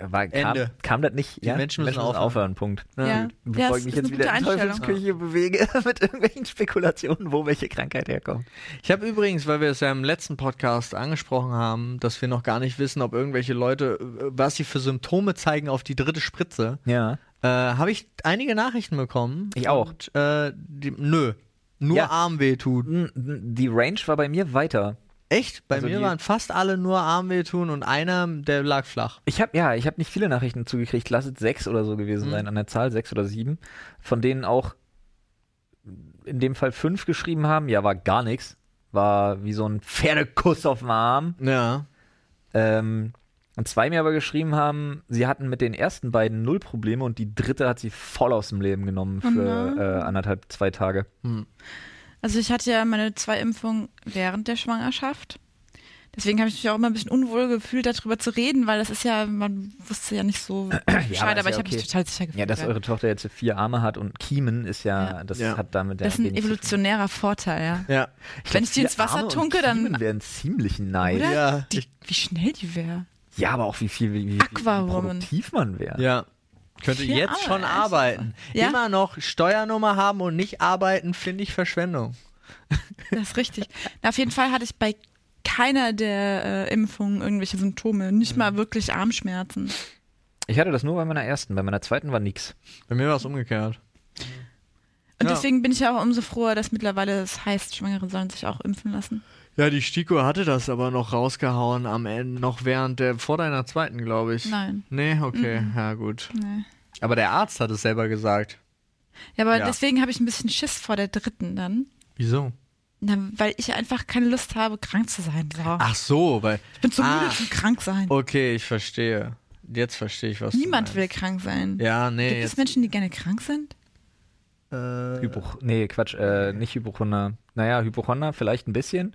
Speaker 1: War, kam,
Speaker 2: Ende.
Speaker 1: kam das nicht? Die
Speaker 2: Menschen müssen
Speaker 1: aufhören. Punkt.
Speaker 3: ja. ja,
Speaker 1: Bevor
Speaker 3: es
Speaker 1: ich mich
Speaker 3: ist eine
Speaker 1: jetzt wieder
Speaker 3: gute
Speaker 1: in
Speaker 3: Einstellung.
Speaker 1: Teufelsküche bewege *laughs* mit irgendwelchen Spekulationen, wo welche Krankheit herkommt.
Speaker 2: Ich habe übrigens, weil wir es ja im letzten Podcast angesprochen haben, dass wir noch gar nicht wissen, ob irgendwelche Leute, äh, was sie für Symptome zeigen auf die dritte Spritze.
Speaker 1: Ja.
Speaker 2: äh, habe ich einige Nachrichten bekommen.
Speaker 1: Ich auch.
Speaker 2: Und, äh, die, nö. Nur
Speaker 1: Ja.
Speaker 2: Armweh tut.
Speaker 1: N- n- Hm, Die Range war bei mir weiter.
Speaker 2: Echt? Bei
Speaker 1: Also
Speaker 2: mir
Speaker 1: die-
Speaker 2: waren fast alle nur Armweh tun und einer, der lag flach.
Speaker 1: Ich habe ja, ich habe nicht viele Nachrichten zugekriegt. Lass es sechs oder so
Speaker 3: Mhm.
Speaker 1: gewesen sein an der Zahl sechs oder sieben, von denen auch in dem Fall fünf geschrieben haben. Ja, war gar nichts. War wie so ein Pferdekuss auf dem Arm.
Speaker 2: Ja.
Speaker 1: Ähm, und zwei mir aber geschrieben haben, sie hatten mit den ersten beiden null Probleme und die dritte hat sie voll aus dem Leben genommen
Speaker 3: Oh
Speaker 1: für
Speaker 3: nein.
Speaker 1: äh, anderthalb, zwei Tage.
Speaker 3: Also ich hatte ja meine zwei Impfungen während der Schwangerschaft. Deswegen habe ich mich auch immer ein bisschen unwohl gefühlt, darüber zu reden, weil das ist ja, man wusste ja nicht so Bescheid,
Speaker 1: ist *clears throat*
Speaker 3: aber,
Speaker 1: ja
Speaker 3: ich habe
Speaker 1: okay.
Speaker 3: mich total sicher gefühlt.
Speaker 1: Ja, dass eure Tochter jetzt vier Arme hat und Kiemen ist ja, das
Speaker 2: Ja.
Speaker 1: hat damit
Speaker 3: das ist ein
Speaker 1: wenig zu tun.
Speaker 3: evolutionärer Vorteil,
Speaker 1: *laughs*
Speaker 3: ja.
Speaker 2: Ja.
Speaker 3: Wenn ich die ins Wasser tunke, dann-
Speaker 1: Kiemen wären ziemlich nice.
Speaker 3: Oder?
Speaker 2: Ja.
Speaker 3: Die, wie schnell die wäre.
Speaker 1: Ja, aber auch wie viel, wie, wie, wie
Speaker 3: Aquawoman.
Speaker 1: produktiv man wäre.
Speaker 2: Ja. also Könnte
Speaker 3: Vier
Speaker 2: jetzt
Speaker 3: Arme,
Speaker 2: schon
Speaker 3: echt.
Speaker 2: arbeiten.
Speaker 3: Ja.
Speaker 2: Immer noch Steuernummer haben und nicht arbeiten, finde ich Verschwendung.
Speaker 3: Das ist richtig. Na, auf jeden Fall hatte ich bei keiner der äh, Impfungen irgendwelche Symptome. Nicht
Speaker 2: Mhm.
Speaker 3: mal wirklich Armschmerzen.
Speaker 1: Ich hatte das nur bei meiner ersten, bei meiner zweiten war nix.
Speaker 2: Bei mir war es umgekehrt.
Speaker 3: Und
Speaker 2: Ja.
Speaker 3: deswegen bin ich ja auch umso froher, dass mittlerweile es heißt, Schwangere sollen sich auch impfen lassen.
Speaker 2: Ja, die Stiko hatte das aber noch rausgehauen am Ende, noch während der, vor deiner zweiten, glaube ich.
Speaker 3: Nein.
Speaker 2: Nee, okay, ja gut.
Speaker 3: Nee.
Speaker 2: Aber der Arzt hat es selber gesagt.
Speaker 3: Ja, aber
Speaker 2: Ja.
Speaker 3: deswegen habe ich ein bisschen Schiss vor der dritten dann.
Speaker 2: Wieso?
Speaker 3: Na, weil ich einfach keine Lust habe, krank zu sein. So.
Speaker 2: Ach so, weil.
Speaker 3: ich bin zu müde
Speaker 2: ah.
Speaker 3: zum krank sein.
Speaker 2: Okay, ich verstehe. Jetzt verstehe ich, was
Speaker 3: Niemand
Speaker 2: du
Speaker 3: will
Speaker 2: meinst.
Speaker 3: krank sein.
Speaker 2: Ja, nee.
Speaker 3: Gibt es
Speaker 2: Jetzt,
Speaker 3: Menschen, die gerne krank sind?
Speaker 2: äh,
Speaker 1: Hypoch nee, Quatsch, äh, nicht Hypochonder. Naja, Hypochonder vielleicht ein bisschen.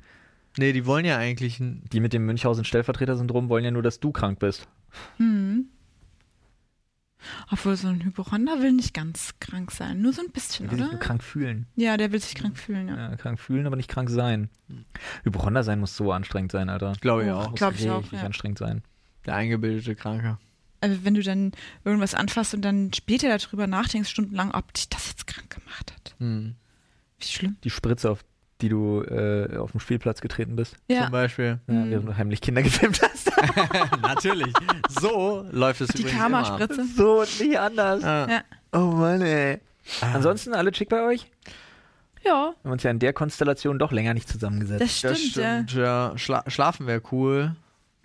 Speaker 2: nee, die wollen ja eigentlich. n-
Speaker 1: Die mit dem Münchhausen-Stellvertreter-Syndrom wollen ja nur, dass du krank bist.
Speaker 3: Hm. Obwohl so ein Hypochonder will nicht ganz krank sein. Nur so ein bisschen,
Speaker 1: Die will sich
Speaker 3: oder?
Speaker 1: nur krank fühlen.
Speaker 3: Ja, der will sich krank fühlen, ja.
Speaker 1: Ja, krank fühlen, aber nicht krank sein. Hypochonder sein muss so anstrengend sein, Alter.
Speaker 2: Glaube ich
Speaker 3: Oh.
Speaker 2: auch.
Speaker 3: Glaub
Speaker 1: muss
Speaker 3: ich auch,
Speaker 1: richtig
Speaker 3: ja.
Speaker 1: anstrengend sein.
Speaker 2: Der eingebildete Kranke.
Speaker 3: Also wenn du dann irgendwas anfasst und dann später darüber nachdenkst, stundenlang, ob dich das jetzt krank gemacht hat.
Speaker 2: Hm.
Speaker 3: Wie schlimm.
Speaker 1: Die Spritze, auf die du äh, auf dem Spielplatz getreten bist,
Speaker 3: Ja,
Speaker 2: Zum
Speaker 3: *laughs*
Speaker 2: Beispiel. *laughs*
Speaker 1: ja,
Speaker 3: Hm.
Speaker 1: während du heimlich Kinder *laughs* gefilmt hast.
Speaker 2: Natürlich. So läuft es
Speaker 3: die
Speaker 2: übrigens immer.
Speaker 3: Karma-Spritze.
Speaker 1: so und nicht anders.
Speaker 2: Ah.
Speaker 3: Ja.
Speaker 1: Oh Mann, ey. Ansonsten alle schick bei euch?
Speaker 3: ja,
Speaker 1: Wir haben uns ja in der Konstellation doch länger nicht zusammengesetzt.
Speaker 3: das stimmt,
Speaker 2: Das
Speaker 3: ja.
Speaker 2: stimmt, ja. Schla schlafen wäre cool.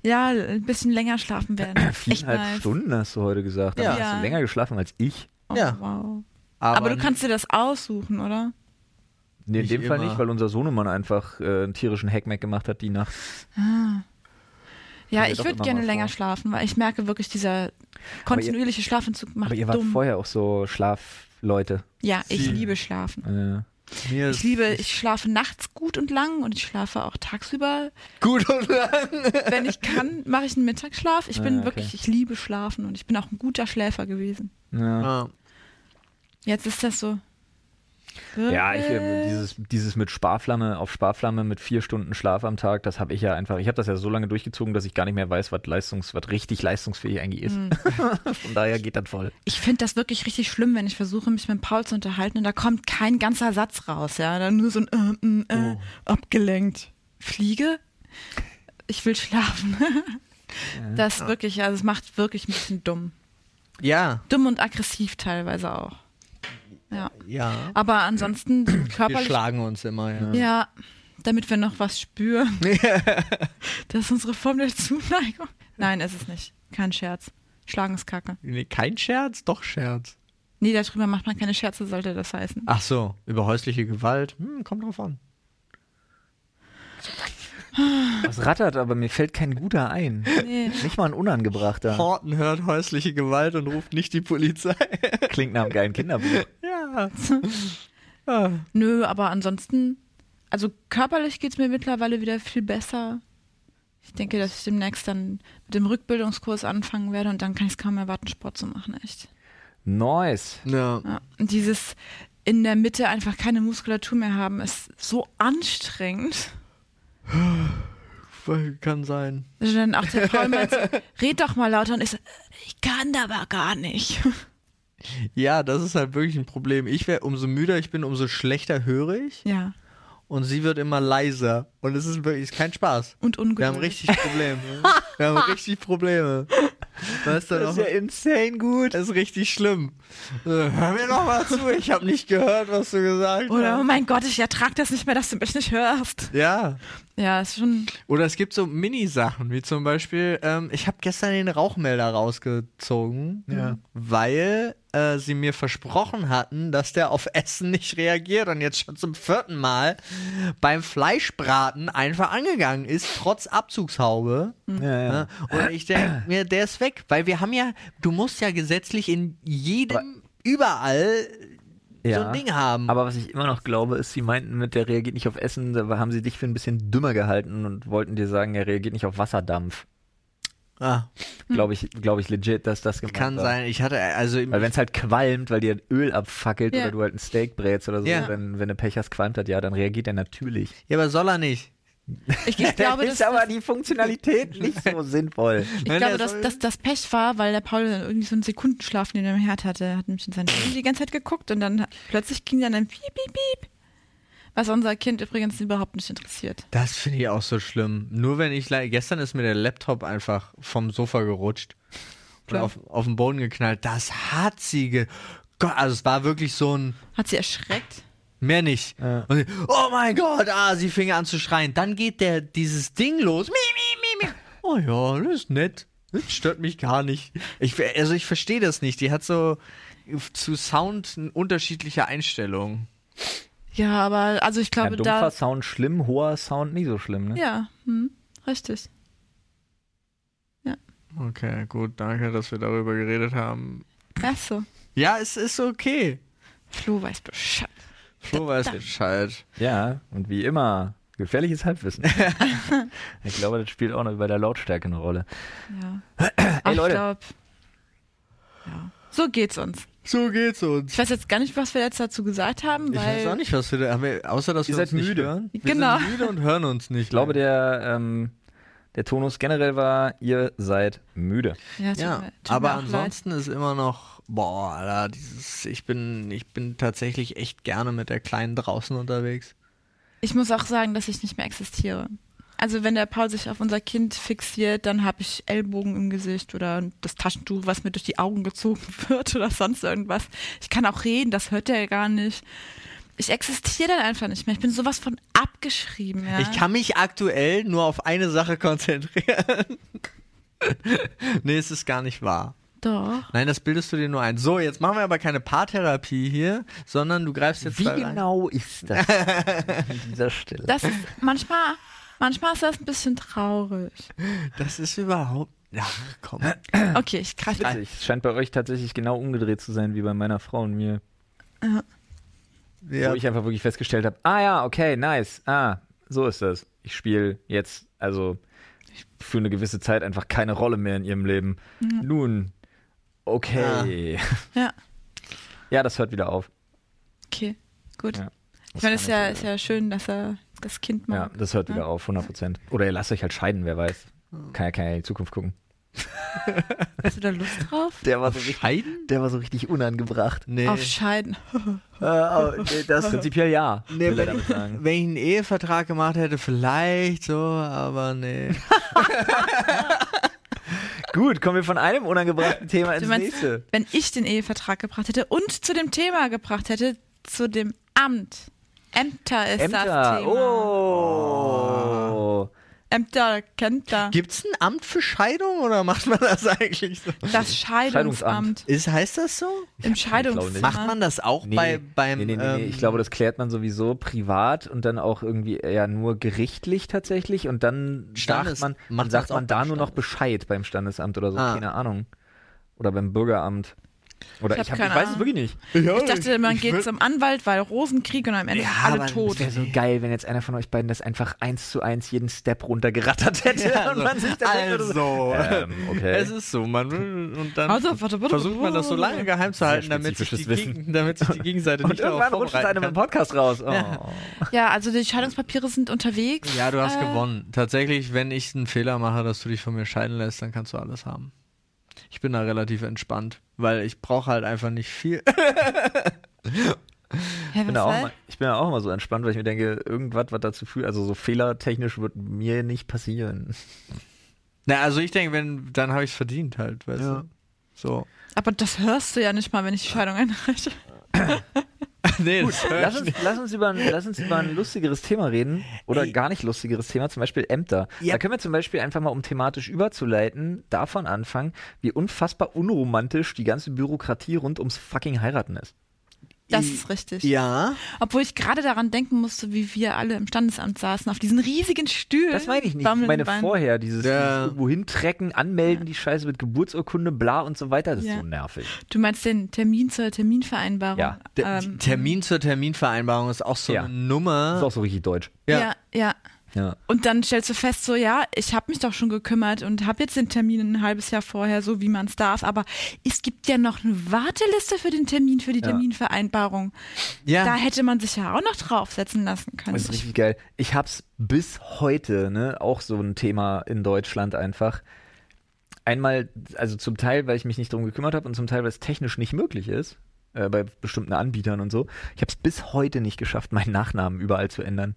Speaker 3: Ja, ein bisschen länger
Speaker 1: *clears throat*
Speaker 3: schlafen werden. *laughs* Echt
Speaker 1: Viereinhalb
Speaker 3: nice.
Speaker 1: Stunden hast du heute gesagt.
Speaker 2: Ja.
Speaker 1: Aber hast
Speaker 3: Ja.
Speaker 1: du länger geschlafen als ich?
Speaker 3: Oh,
Speaker 2: Ja.
Speaker 3: Wow.
Speaker 2: Aber,
Speaker 3: Aber, du kannst dir das aussuchen, oder?
Speaker 1: Nee, in
Speaker 2: Nicht
Speaker 1: dem Fall
Speaker 2: immer.
Speaker 1: nicht, weil unser Sohnemann einfach äh, einen tierischen Hackmack gemacht hat die Nacht.
Speaker 3: Ja,
Speaker 1: mir
Speaker 3: ich
Speaker 1: doch
Speaker 3: würde
Speaker 1: immer
Speaker 3: gerne
Speaker 1: mal
Speaker 3: länger
Speaker 1: vor.
Speaker 3: schlafen, weil ich merke wirklich, dieser kontinuierliche Schlafentzug macht
Speaker 1: Aber ihr wart
Speaker 3: dumm.
Speaker 1: vorher auch so Schlafleute.
Speaker 3: ja, ich
Speaker 2: Sie-
Speaker 3: liebe Schlafen.
Speaker 1: Äh,
Speaker 2: mir
Speaker 3: Ich
Speaker 2: ist
Speaker 3: liebe, ich schlafe nachts gut und lang und ich schlafe auch tagsüber.
Speaker 2: gut und lang.
Speaker 3: Wenn ich kann, mache ich einen Mittagsschlaf. Ich
Speaker 1: Ah,
Speaker 3: bin
Speaker 1: okay.
Speaker 3: wirklich, ich liebe Schlafen und ich bin auch ein guter Schläfer gewesen.
Speaker 1: ja.
Speaker 2: Ah.
Speaker 3: Jetzt ist das so.
Speaker 1: Ja, ich, äh, dieses, dieses mit Sparflamme auf Sparflamme mit vier Stunden Schlaf am Tag, das habe ich ja einfach. Ich habe das ja so lange durchgezogen, dass ich gar nicht mehr weiß, was leistungs, was richtig leistungsfähig eigentlich ist.
Speaker 3: Hm.
Speaker 1: *laughs* Von daher geht das voll.
Speaker 3: Ich finde das wirklich richtig schlimm, wenn ich versuche, mich mit Paul zu unterhalten und da kommt kein ganzer Satz raus, ja. Dann nur so ein äh, äh,
Speaker 1: Oh.
Speaker 3: äh, abgelenkt. Fliege? Ich will schlafen. *laughs* Das ist wirklich, also es macht wirklich ein bisschen dumm.
Speaker 2: Ja,
Speaker 3: Dumm und aggressiv teilweise auch. Ja.
Speaker 2: ja.
Speaker 3: Aber ansonsten so
Speaker 2: Wir
Speaker 3: körperlich.
Speaker 2: schlagen uns immer, ja.
Speaker 3: Ja, damit wir noch was spüren. das ist unsere Form der Zuneigung. Nein, ist es nicht. Kein Scherz. Schlagen ist Kacke.
Speaker 2: Nee, kein Scherz, doch Scherz.
Speaker 3: Nee, darüber macht man keine Scherze, sollte das heißen.
Speaker 2: Ach so, über häusliche Gewalt. Hm, kommt drauf an.
Speaker 1: Was rattert, aber mir fällt kein guter ein.
Speaker 3: Nee.
Speaker 1: Nicht mal ein unangebrachter.
Speaker 2: Horten hört häusliche Gewalt und ruft nicht die Polizei.
Speaker 1: Klingt nach einem geilen Kinderbuch.
Speaker 2: ja. *laughs* Ah.
Speaker 3: Nö, aber ansonsten, also körperlich geht es mir mittlerweile wieder viel besser. Ich denke, dass ich demnächst dann mit dem Rückbildungskurs anfangen werde und dann kann ich es kaum erwarten, Sport zu machen, echt.
Speaker 1: Nice.
Speaker 2: Ja.
Speaker 3: Ja. Und dieses in der Mitte einfach keine Muskulatur mehr haben, ist so anstrengend.
Speaker 2: Kann sein.
Speaker 3: Also dann auch der Paul meint, so, red doch mal lauter und ich so, ich kann aber gar nicht.
Speaker 2: Ja, das ist halt wirklich ein Problem. Ich werde umso müder ich bin, umso schlechter höre ich.
Speaker 3: *laughs* Ja,
Speaker 2: Und sie wird immer leiser. Und es ist wirklich ist kein Spaß.
Speaker 3: und ungeduldig.
Speaker 2: Wir haben richtig Probleme. Wir haben richtig Probleme. Weißt du
Speaker 1: Das
Speaker 2: noch?
Speaker 1: ist ja insane gut.
Speaker 2: Das ist richtig schlimm. So, Hör mir noch mal zu, ich habe nicht gehört, was du gesagt
Speaker 3: Oder, oh
Speaker 2: hast.
Speaker 3: mein Gott, ich ertrag das nicht mehr, dass du mich nicht hörst.
Speaker 2: Ja.
Speaker 3: Ja, ist schon.
Speaker 2: Oder es gibt so Mini-Sachen, wie zum Beispiel, ähm, ich habe gestern den Rauchmelder rausgezogen,
Speaker 1: Ja.
Speaker 2: weil äh, sie mir versprochen hatten, dass der auf Essen nicht reagiert und jetzt schon zum vierten Mal beim Fleischbraten einfach angegangen ist, trotz Abzugshaube.
Speaker 1: Ja, ja.
Speaker 2: Ne? Und ich denke mir, der ist weg, weil wir haben ja, du musst ja gesetzlich in jedem, überall so
Speaker 1: Ja.
Speaker 2: ein Ding haben.
Speaker 1: Aber was ich immer noch glaube, ist, sie meinten mit, der reagiert nicht auf Essen, da haben sie dich für ein bisschen dümmer gehalten und wollten dir sagen, er reagiert nicht auf Wasserdampf.
Speaker 2: ah,
Speaker 1: Glaube ich, glaube ich legit, dass das gemacht
Speaker 2: kann
Speaker 1: war.
Speaker 2: sein, ich hatte, also
Speaker 1: Weil wenn es halt qualmt, weil dir Öl abfackelt
Speaker 3: Ja.
Speaker 1: oder du halt ein Steak brätst oder so,
Speaker 2: Ja.
Speaker 1: wenn, wenn du Pech hast, qualmt das ja, dann reagiert er natürlich.
Speaker 2: ja, aber soll er nicht.
Speaker 3: Ich, ich glaube,
Speaker 1: ist
Speaker 3: dass,
Speaker 1: aber die Funktionalität nicht so sinnvoll.
Speaker 3: ich
Speaker 2: Nein, der
Speaker 3: glaube dass,
Speaker 2: soll-
Speaker 3: dass das Pech war, weil der Paul dann irgendwie so einen Sekundenschlaf neben dem Herd hatte. Er hat nämlich in sein Handy die ganze Zeit geguckt und dann plötzlich ging dann ein Piep, Piep, Piep. Was unser Kind übrigens überhaupt nicht interessiert.
Speaker 2: Das finde ich auch so schlimm. Nur wenn ich le- gestern ist mir der Laptop einfach vom Sofa gerutscht und
Speaker 3: Klar.
Speaker 2: auf, auf den Boden geknallt. Das hat sie ge Gott, also es war wirklich so ein
Speaker 3: Hat sie erschreckt?
Speaker 2: mehr nicht.
Speaker 1: Ja.
Speaker 2: Und sie, oh mein Gott, ah, sie fing an zu schreien. Dann geht der dieses Ding los. Mi, mi, mi, mi. Oh ja, das ist nett. Das stört mich gar nicht. Ich, also ich verstehe das nicht. Die hat so zu Sound eine unterschiedliche Einstellung.
Speaker 3: Ja, aber also ich
Speaker 1: Ja,
Speaker 3: glaube,
Speaker 1: dumpfer
Speaker 3: da.
Speaker 1: Sound schlimm, hoher Sound nicht so schlimm, ne?
Speaker 3: Ja, hm, richtig.
Speaker 2: Okay, gut, danke, dass wir darüber geredet haben.
Speaker 3: Ach so.
Speaker 2: Ja, es ist okay.
Speaker 3: Flo weiß Bescheid.
Speaker 2: Flo weiß Bescheid.
Speaker 1: Ja, und wie immer, gefährliches *laughs* Halbwissen. ich glaube, das spielt auch noch bei der Lautstärke eine Rolle.
Speaker 3: Ja. Aber
Speaker 1: Leute.
Speaker 3: Ich glaub, ja. So geht's uns.
Speaker 2: So geht's uns.
Speaker 3: Ich weiß jetzt gar nicht, was wir jetzt dazu gesagt haben,
Speaker 2: Ich
Speaker 3: weil
Speaker 2: weiß auch nicht, was wir da haben. Wir, außer, dass
Speaker 1: Ihr
Speaker 2: wir
Speaker 1: seid
Speaker 2: uns nicht
Speaker 1: müde.
Speaker 2: hören. Wir
Speaker 3: Genau.
Speaker 2: sind müde und hören uns nicht.
Speaker 1: Ich glaube, der, ähm, der Tonus generell war, ihr seid müde.
Speaker 3: Ja, tut
Speaker 2: Ja,
Speaker 3: mir- tut mir
Speaker 2: aber
Speaker 3: auch
Speaker 2: ansonsten ist immer noch, boah, Alter, dieses, ich bin, ich bin tatsächlich echt gerne mit der Kleinen draußen unterwegs.
Speaker 3: Leid. Ich muss auch sagen, dass ich nicht mehr existiere. Also wenn der Paul sich auf unser Kind fixiert, dann habe ich Ellbogen im Gesicht oder das Taschentuch, was mir durch die Augen gezogen *laughs* wird oder sonst irgendwas. Ich kann auch reden, das hört er gar nicht. Ich existiere dann einfach nicht mehr. Ich bin sowas von abgeschrieben. Ja.
Speaker 2: Ich kann mich aktuell nur auf eine Sache konzentrieren. *laughs* nee, es ist gar nicht wahr.
Speaker 3: Doch.
Speaker 2: Nein, das bildest du dir nur ein. So, jetzt machen wir aber keine Paartherapie hier, sondern du greifst jetzt
Speaker 1: Wie
Speaker 2: da rein.
Speaker 1: genau ist das *laughs* an dieser Stelle?
Speaker 3: Das ist manchmal, manchmal ist das ein bisschen traurig.
Speaker 2: Das ist überhaupt. Ach komm.
Speaker 3: *laughs* Okay, ich greife.
Speaker 1: Witzig. Es scheint bei euch tatsächlich genau umgedreht zu sein wie bei meiner Frau und mir.
Speaker 2: Ja,
Speaker 1: Wo ich einfach wirklich festgestellt habe, ah ja, okay, nice. Ah, so ist das. Ich spiele jetzt, also für eine gewisse Zeit einfach keine Rolle mehr in ihrem Leben. Nun, okay.
Speaker 3: Ja,
Speaker 1: *laughs* Ja, das hört wieder auf.
Speaker 3: okay, gut.
Speaker 1: Ja.
Speaker 3: ich meine, es ist
Speaker 1: kann
Speaker 3: ja,
Speaker 1: ich,
Speaker 3: ist ja schön, dass er das Kind
Speaker 1: Ja,
Speaker 3: mag.
Speaker 1: das hört wieder auf, 100 Prozent. Oder ihr lasst euch halt scheiden, wer weiß. Kann ja, kann ja in die Zukunft gucken.
Speaker 3: Hast du da Lust drauf?
Speaker 1: Der war so
Speaker 2: Scheiden?
Speaker 1: der war so richtig unangebracht.
Speaker 2: *laughs* Nee.
Speaker 3: Auf Scheiden.
Speaker 1: das prinzipiell ja.
Speaker 2: Nee, wenn,
Speaker 1: damit
Speaker 2: ich,
Speaker 1: sagen. *laughs*
Speaker 2: wenn ich einen Ehevertrag gemacht hätte, vielleicht so, aber nee.
Speaker 1: Gut, kommen wir von einem unangebrachten Thema ins
Speaker 3: Du meinst,
Speaker 1: nächste.
Speaker 3: wenn ich den Ehevertrag gebracht hätte und zu dem Thema gebracht hätte, zu dem Amt. Ämter ist das
Speaker 1: Ämter.
Speaker 3: Thema.
Speaker 1: Oh.
Speaker 3: Ämter, kennt da.
Speaker 2: *laughs* Gibt's ein Amt für Scheidung oder macht man das *laughs* eigentlich so?
Speaker 3: Das Scheidungsamt.
Speaker 1: Scheidungsamt.
Speaker 2: Ist, heißt das so?
Speaker 3: Im
Speaker 1: nicht.
Speaker 3: Scheidungszimmer.
Speaker 2: Macht man das auch
Speaker 1: Nee,
Speaker 2: bei beim
Speaker 1: nee, nee, nee, nee.
Speaker 2: ähm,
Speaker 1: ich glaube, das klärt man sowieso privat und dann auch irgendwie ja nur gerichtlich tatsächlich und dann
Speaker 2: Standes-
Speaker 1: sagt man,
Speaker 2: macht
Speaker 1: dann sagt
Speaker 2: man's auch
Speaker 1: man da
Speaker 2: beim
Speaker 1: nur noch
Speaker 2: Standes-
Speaker 1: Bescheid beim Standesamt oder so,
Speaker 2: Ah.
Speaker 1: keine Ahnung. Oder beim Bürgeramt. Oder
Speaker 3: Ich hab
Speaker 1: ich, hab
Speaker 3: keine
Speaker 1: ich weiß es
Speaker 3: Ahnung.
Speaker 1: wirklich nicht.
Speaker 2: *laughs* Ja,
Speaker 3: Ich dachte, man
Speaker 2: ich
Speaker 3: geht
Speaker 2: würd-
Speaker 3: zum Anwalt, weil Rosenkrieg und am Ende
Speaker 2: Ja,
Speaker 3: sind alle
Speaker 2: aber-
Speaker 1: Es
Speaker 3: tot.
Speaker 1: wäre so geil, wenn jetzt einer von euch beiden das einfach eins zu eins jeden Step runtergerattert *laughs* hätte
Speaker 2: Ja,
Speaker 1: und man sich dann denkt oder so,
Speaker 2: also, *laughs*
Speaker 1: Ähm, okay.
Speaker 2: es ist so, man will und dann
Speaker 3: Also, warte, warte,
Speaker 2: versucht man das so lange geheim zu halten, damit sich,
Speaker 1: spezifisches
Speaker 2: die
Speaker 1: Wissen.
Speaker 2: Gegen, damit *laughs* sich die Gegenseite
Speaker 1: Und
Speaker 2: nicht darauf
Speaker 1: irgendwann rutscht
Speaker 2: vorbereiten
Speaker 1: einer mit dem
Speaker 2: kann.
Speaker 1: Podcast raus. Oh.
Speaker 2: Ja.
Speaker 3: Ja, also die Scheidungspapiere sind unterwegs.
Speaker 2: Ja, du hast
Speaker 3: Äh,
Speaker 2: gewonnen. Tatsächlich, wenn ich einen Fehler mache, dass du dich von mir scheiden lässt, dann kannst du alles haben. Ich bin da relativ entspannt, weil ich brauche halt einfach nicht viel. *laughs*
Speaker 3: Hä, was
Speaker 1: Ich bin, da auch
Speaker 3: soll?
Speaker 1: mal, ich bin da auch mal so entspannt, weil ich mir denke, irgendwas, was dazu führt, also so fehlertechnisch wird mir nicht passieren.
Speaker 2: Na, also ich denke, wenn, dann habe ich es verdient halt, weißt
Speaker 1: Ja.
Speaker 2: du? So.
Speaker 3: Aber das hörst du ja nicht mal, wenn ich die Scheidung einreiche.
Speaker 2: *laughs* nee, das hör
Speaker 1: Lass
Speaker 2: ich
Speaker 1: uns,
Speaker 2: nicht.
Speaker 1: lass, uns über ein, lass uns über ein lustigeres Thema reden oder
Speaker 2: Ey.
Speaker 1: gar nicht lustigeres Thema, zum Beispiel Ämter.
Speaker 2: Ja.
Speaker 1: Da können wir zum Beispiel einfach mal, um thematisch überzuleiten, davon anfangen, wie unfassbar unromantisch die ganze Bürokratie rund ums fucking Heiraten ist.
Speaker 3: Das ist richtig.
Speaker 2: Ja.
Speaker 3: Obwohl ich gerade daran denken musste, wie wir alle im Standesamt saßen, auf diesen riesigen Stühlen.
Speaker 1: Das meine ich nicht. Ich
Speaker 3: bammeln
Speaker 1: meine
Speaker 3: beim-
Speaker 1: vorher, dieses,
Speaker 2: Ja.
Speaker 1: dieses irgendwo hintrecken, anmelden, die Scheiße mit Geburtsurkunde, bla und so weiter, das ist
Speaker 3: Ja.
Speaker 1: so nervig.
Speaker 3: Du meinst den Termin zur Terminvereinbarung?
Speaker 1: Ja.
Speaker 2: Der-
Speaker 3: Ähm,
Speaker 2: Termin zur Terminvereinbarung ist auch so
Speaker 1: Ja.
Speaker 2: eine
Speaker 1: Das
Speaker 2: Nummer.
Speaker 1: ist auch so richtig deutsch.
Speaker 2: Ja.
Speaker 3: ja. ja,
Speaker 1: Ja.
Speaker 3: Und dann stellst du fest, so ja, ich habe mich doch schon gekümmert und habe jetzt den Termin ein halbes Jahr vorher, so wie man es darf. Aber es gibt ja noch eine Warteliste für den Termin, für die Terminvereinbarung.
Speaker 2: Ja.
Speaker 3: Da hätte man sich ja auch noch draufsetzen lassen können.
Speaker 1: Das ist richtig geil. Ich hab's bis heute, ne, auch so ein Thema in Deutschland einfach. Einmal, also zum Teil, weil ich mich nicht drum gekümmert habe und zum Teil, weil es technisch nicht möglich ist, äh, bei bestimmten Anbietern und so. Ich hab's bis heute nicht geschafft, meinen Nachnamen überall zu ändern.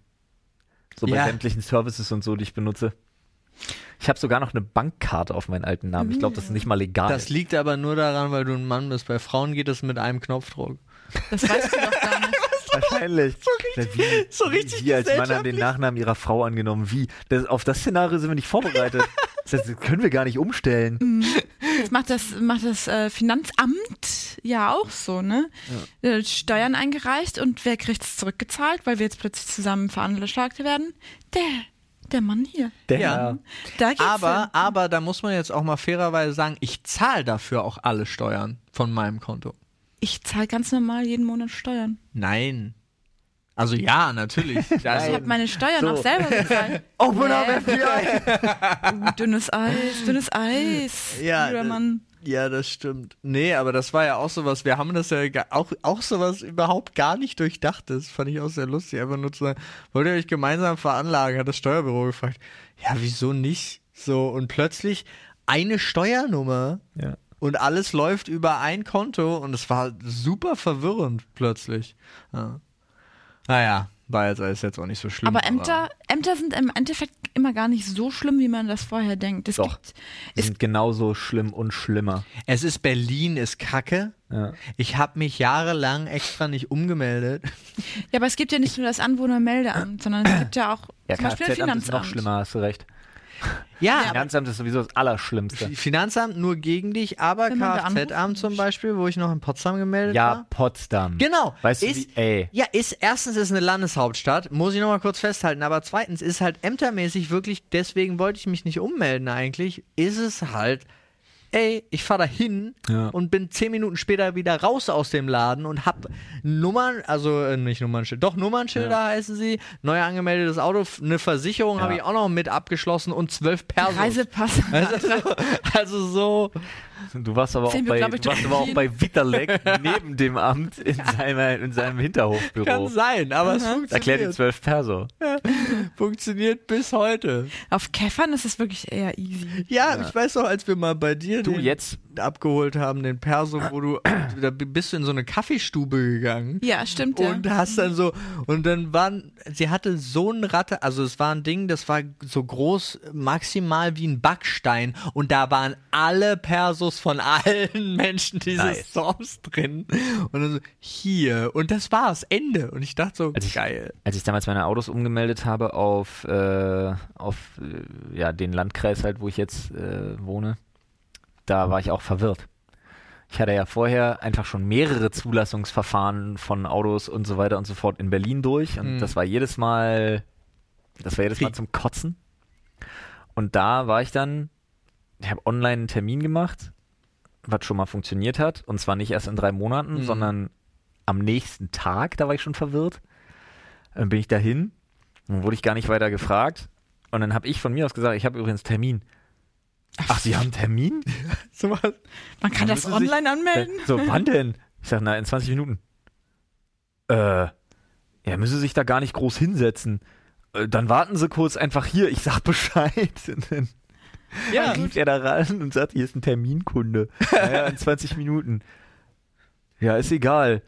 Speaker 1: So bei
Speaker 2: Ja.
Speaker 1: sämtlichen Services und so, die ich benutze. Ich habe sogar noch eine Bankkarte auf meinen alten Namen. Ich glaube, das ist nicht mal legal.
Speaker 2: Das liegt aber nur daran, weil du ein Mann bist. Bei Frauen geht es mit einem Knopfdruck.
Speaker 3: Das weißt du doch gar nicht.
Speaker 1: Wahrscheinlich. So richtig, wie,
Speaker 2: so richtig
Speaker 1: Wir als Mann haben den Nachnamen ihrer Frau angenommen. Wie? Das, auf das Szenario sind wir nicht vorbereitet. Das können wir gar nicht umstellen.
Speaker 3: Das macht das, macht das äh, Finanzamt ja auch so, ne? Äh, Steuern eingereicht und wer kriegt es zurückgezahlt, weil wir jetzt plötzlich zusammen veranschlagt werden? Der, der Mann hier.
Speaker 1: Der,
Speaker 2: Ja.
Speaker 3: Da geht's
Speaker 2: Aber, aber da muss man jetzt auch mal fairerweise sagen, ich zahle dafür auch alle Steuern von meinem Konto.
Speaker 3: hin. Ich zahle ganz normal jeden Monat Steuern.
Speaker 2: Nein. Also ja,
Speaker 3: *laughs*
Speaker 2: natürlich.
Speaker 3: Ich
Speaker 2: Also,
Speaker 3: habe meine Steuern
Speaker 1: So. *laughs*
Speaker 3: auch selber gezahlt.
Speaker 1: Open
Speaker 3: up,
Speaker 1: up Oh, FBI!
Speaker 3: Uh, dünnes Eis, dünnes Eis.
Speaker 2: *laughs* Ja,
Speaker 3: Lieber
Speaker 2: das-
Speaker 3: Mann.
Speaker 2: ja, das stimmt. Nee, aber das war ja auch sowas, wir haben das ja ga- auch, auch sowas überhaupt gar nicht durchdacht. Das fand ich auch sehr lustig. Einfach nur zu sagen, wollt ihr euch gemeinsam veranlagen, hat das Steuerbüro gefragt. Ja, wieso nicht? So, und plötzlich eine Steuernummer
Speaker 1: Ja.
Speaker 2: und alles läuft über ein Konto und es war super verwirrend plötzlich. Ja. Naja, war jetzt alles jetzt auch nicht so schlimm.
Speaker 3: Aber Ämter, Ämter sind im Endeffekt immer gar nicht so schlimm, wie man das vorher denkt. Es
Speaker 1: Doch.
Speaker 3: gibt
Speaker 1: Die sind genauso schlimm und schlimmer.
Speaker 2: Es ist Berlin, ist Kacke.
Speaker 1: Ja.
Speaker 2: Ich habe mich jahrelang extra nicht umgemeldet.
Speaker 3: Ja, aber es gibt ja nicht nur das Anwohnermeldeamt, sondern es gibt ja auch zum Beispiel ein
Speaker 1: KFZ-Amt
Speaker 3: Finanzamt.
Speaker 1: ist noch schlimmer, hast du recht.
Speaker 2: Ja,
Speaker 1: Finanzamt ist sowieso das Allerschlimmste.
Speaker 2: Finanzamt nur gegen dich, aber
Speaker 3: Wenn man da anruft,
Speaker 2: Kfz-Amt zum Beispiel, wo ich noch in Potsdam gemeldet
Speaker 1: Ja,
Speaker 2: war.
Speaker 1: Potsdam.
Speaker 2: Genau.
Speaker 1: Weißt du,
Speaker 2: ist,
Speaker 1: wie, ey.
Speaker 2: Ja, ist erstens ist eine Landeshauptstadt, muss ich nochmal kurz festhalten, aber zweitens ist halt ämtermäßig wirklich, deswegen wollte ich mich nicht ummelden eigentlich, ist es halt, ey, ich fahre da hin
Speaker 1: Ja.
Speaker 2: und bin zehn Minuten später wieder raus aus dem Laden und hab Nummern, also äh, nicht Nummernschilder, doch Nummernschilder heißen sie, neu angemeldetes Auto, f- eine Versicherung
Speaker 1: Ja.
Speaker 2: habe ich auch noch mit abgeschlossen und zwölf Persos.
Speaker 3: Reisepass. *laughs*
Speaker 2: also, so- also so,
Speaker 1: Du warst aber auch
Speaker 3: Sehen wir,
Speaker 1: bei,
Speaker 3: glaub ich,
Speaker 1: du warst
Speaker 3: durch
Speaker 1: aber auch
Speaker 3: jeden-
Speaker 1: bei Witterleck neben dem Amt in, seiner, in seinem
Speaker 2: kann
Speaker 1: Hinterhofbüro.
Speaker 2: sein, aber es
Speaker 1: Erklärt die
Speaker 2: funktioniert,
Speaker 1: zwölf Perso.
Speaker 2: funktioniert bis heute.
Speaker 3: Auf Käffern ist es wirklich eher easy.
Speaker 2: Ja, ich weiß noch, als wir mal bei dir
Speaker 1: Du,
Speaker 2: den
Speaker 1: jetzt-
Speaker 2: abgeholt haben, den Perso, wo
Speaker 1: *clears throat*
Speaker 2: du, da bist du in so eine Kaffeestube gegangen.
Speaker 3: Ja, stimmt ja.
Speaker 2: Und hast dann so, und dann waren, sie hatte so ein Ratte, also es war ein Ding, das war so groß, maximal wie ein Backstein. Und da waren alle Persos von allen *laughs* Menschen dieses
Speaker 1: Nice.
Speaker 2: Dorfs drin. Und dann so, hier. Und das war's, Ende. Und ich dachte so,
Speaker 1: Also ich-
Speaker 2: geil. *laughs*
Speaker 1: Als ich damals meine Autos umgemeldet habe auf, äh, auf äh, ja, den Landkreis halt, wo ich jetzt äh, wohne, da war ich auch verwirrt. Ich hatte ja vorher einfach schon mehrere Zulassungsverfahren von Autos und so weiter und so fort in Berlin durch und
Speaker 2: Mhm.
Speaker 1: das war jedes Mal, das war jedes Mal
Speaker 2: Krieg.
Speaker 1: zum Kotzen. Und da war ich dann, ich habe online einen Termin gemacht, was schon mal funktioniert hat und zwar nicht erst in drei Monaten,
Speaker 2: Mhm.
Speaker 1: sondern am nächsten Tag, da war ich schon verwirrt. Dann bin ich dahin, dann wurde ich gar nicht weiter gefragt. Und dann habe ich von mir aus gesagt, ich habe übrigens Termin. Ach, Sie haben Termin?
Speaker 2: So was.
Speaker 3: Man
Speaker 1: Dann
Speaker 3: kann das
Speaker 1: müssen sich-
Speaker 3: online anmelden.
Speaker 1: Äh, *laughs* So, wann denn? Ich sage, na, in 20 Minuten. Äh, ja, müssen Sie sich da gar nicht groß hinsetzen. Äh, dann warten Sie kurz einfach hier, ich sag Bescheid. *laughs* Und dann *laughs*
Speaker 2: *laughs* Ja.
Speaker 1: rief er da ran und sagt, hier ist ein Terminkunde. Naja, in 20 Minuten. Ja, ist egal.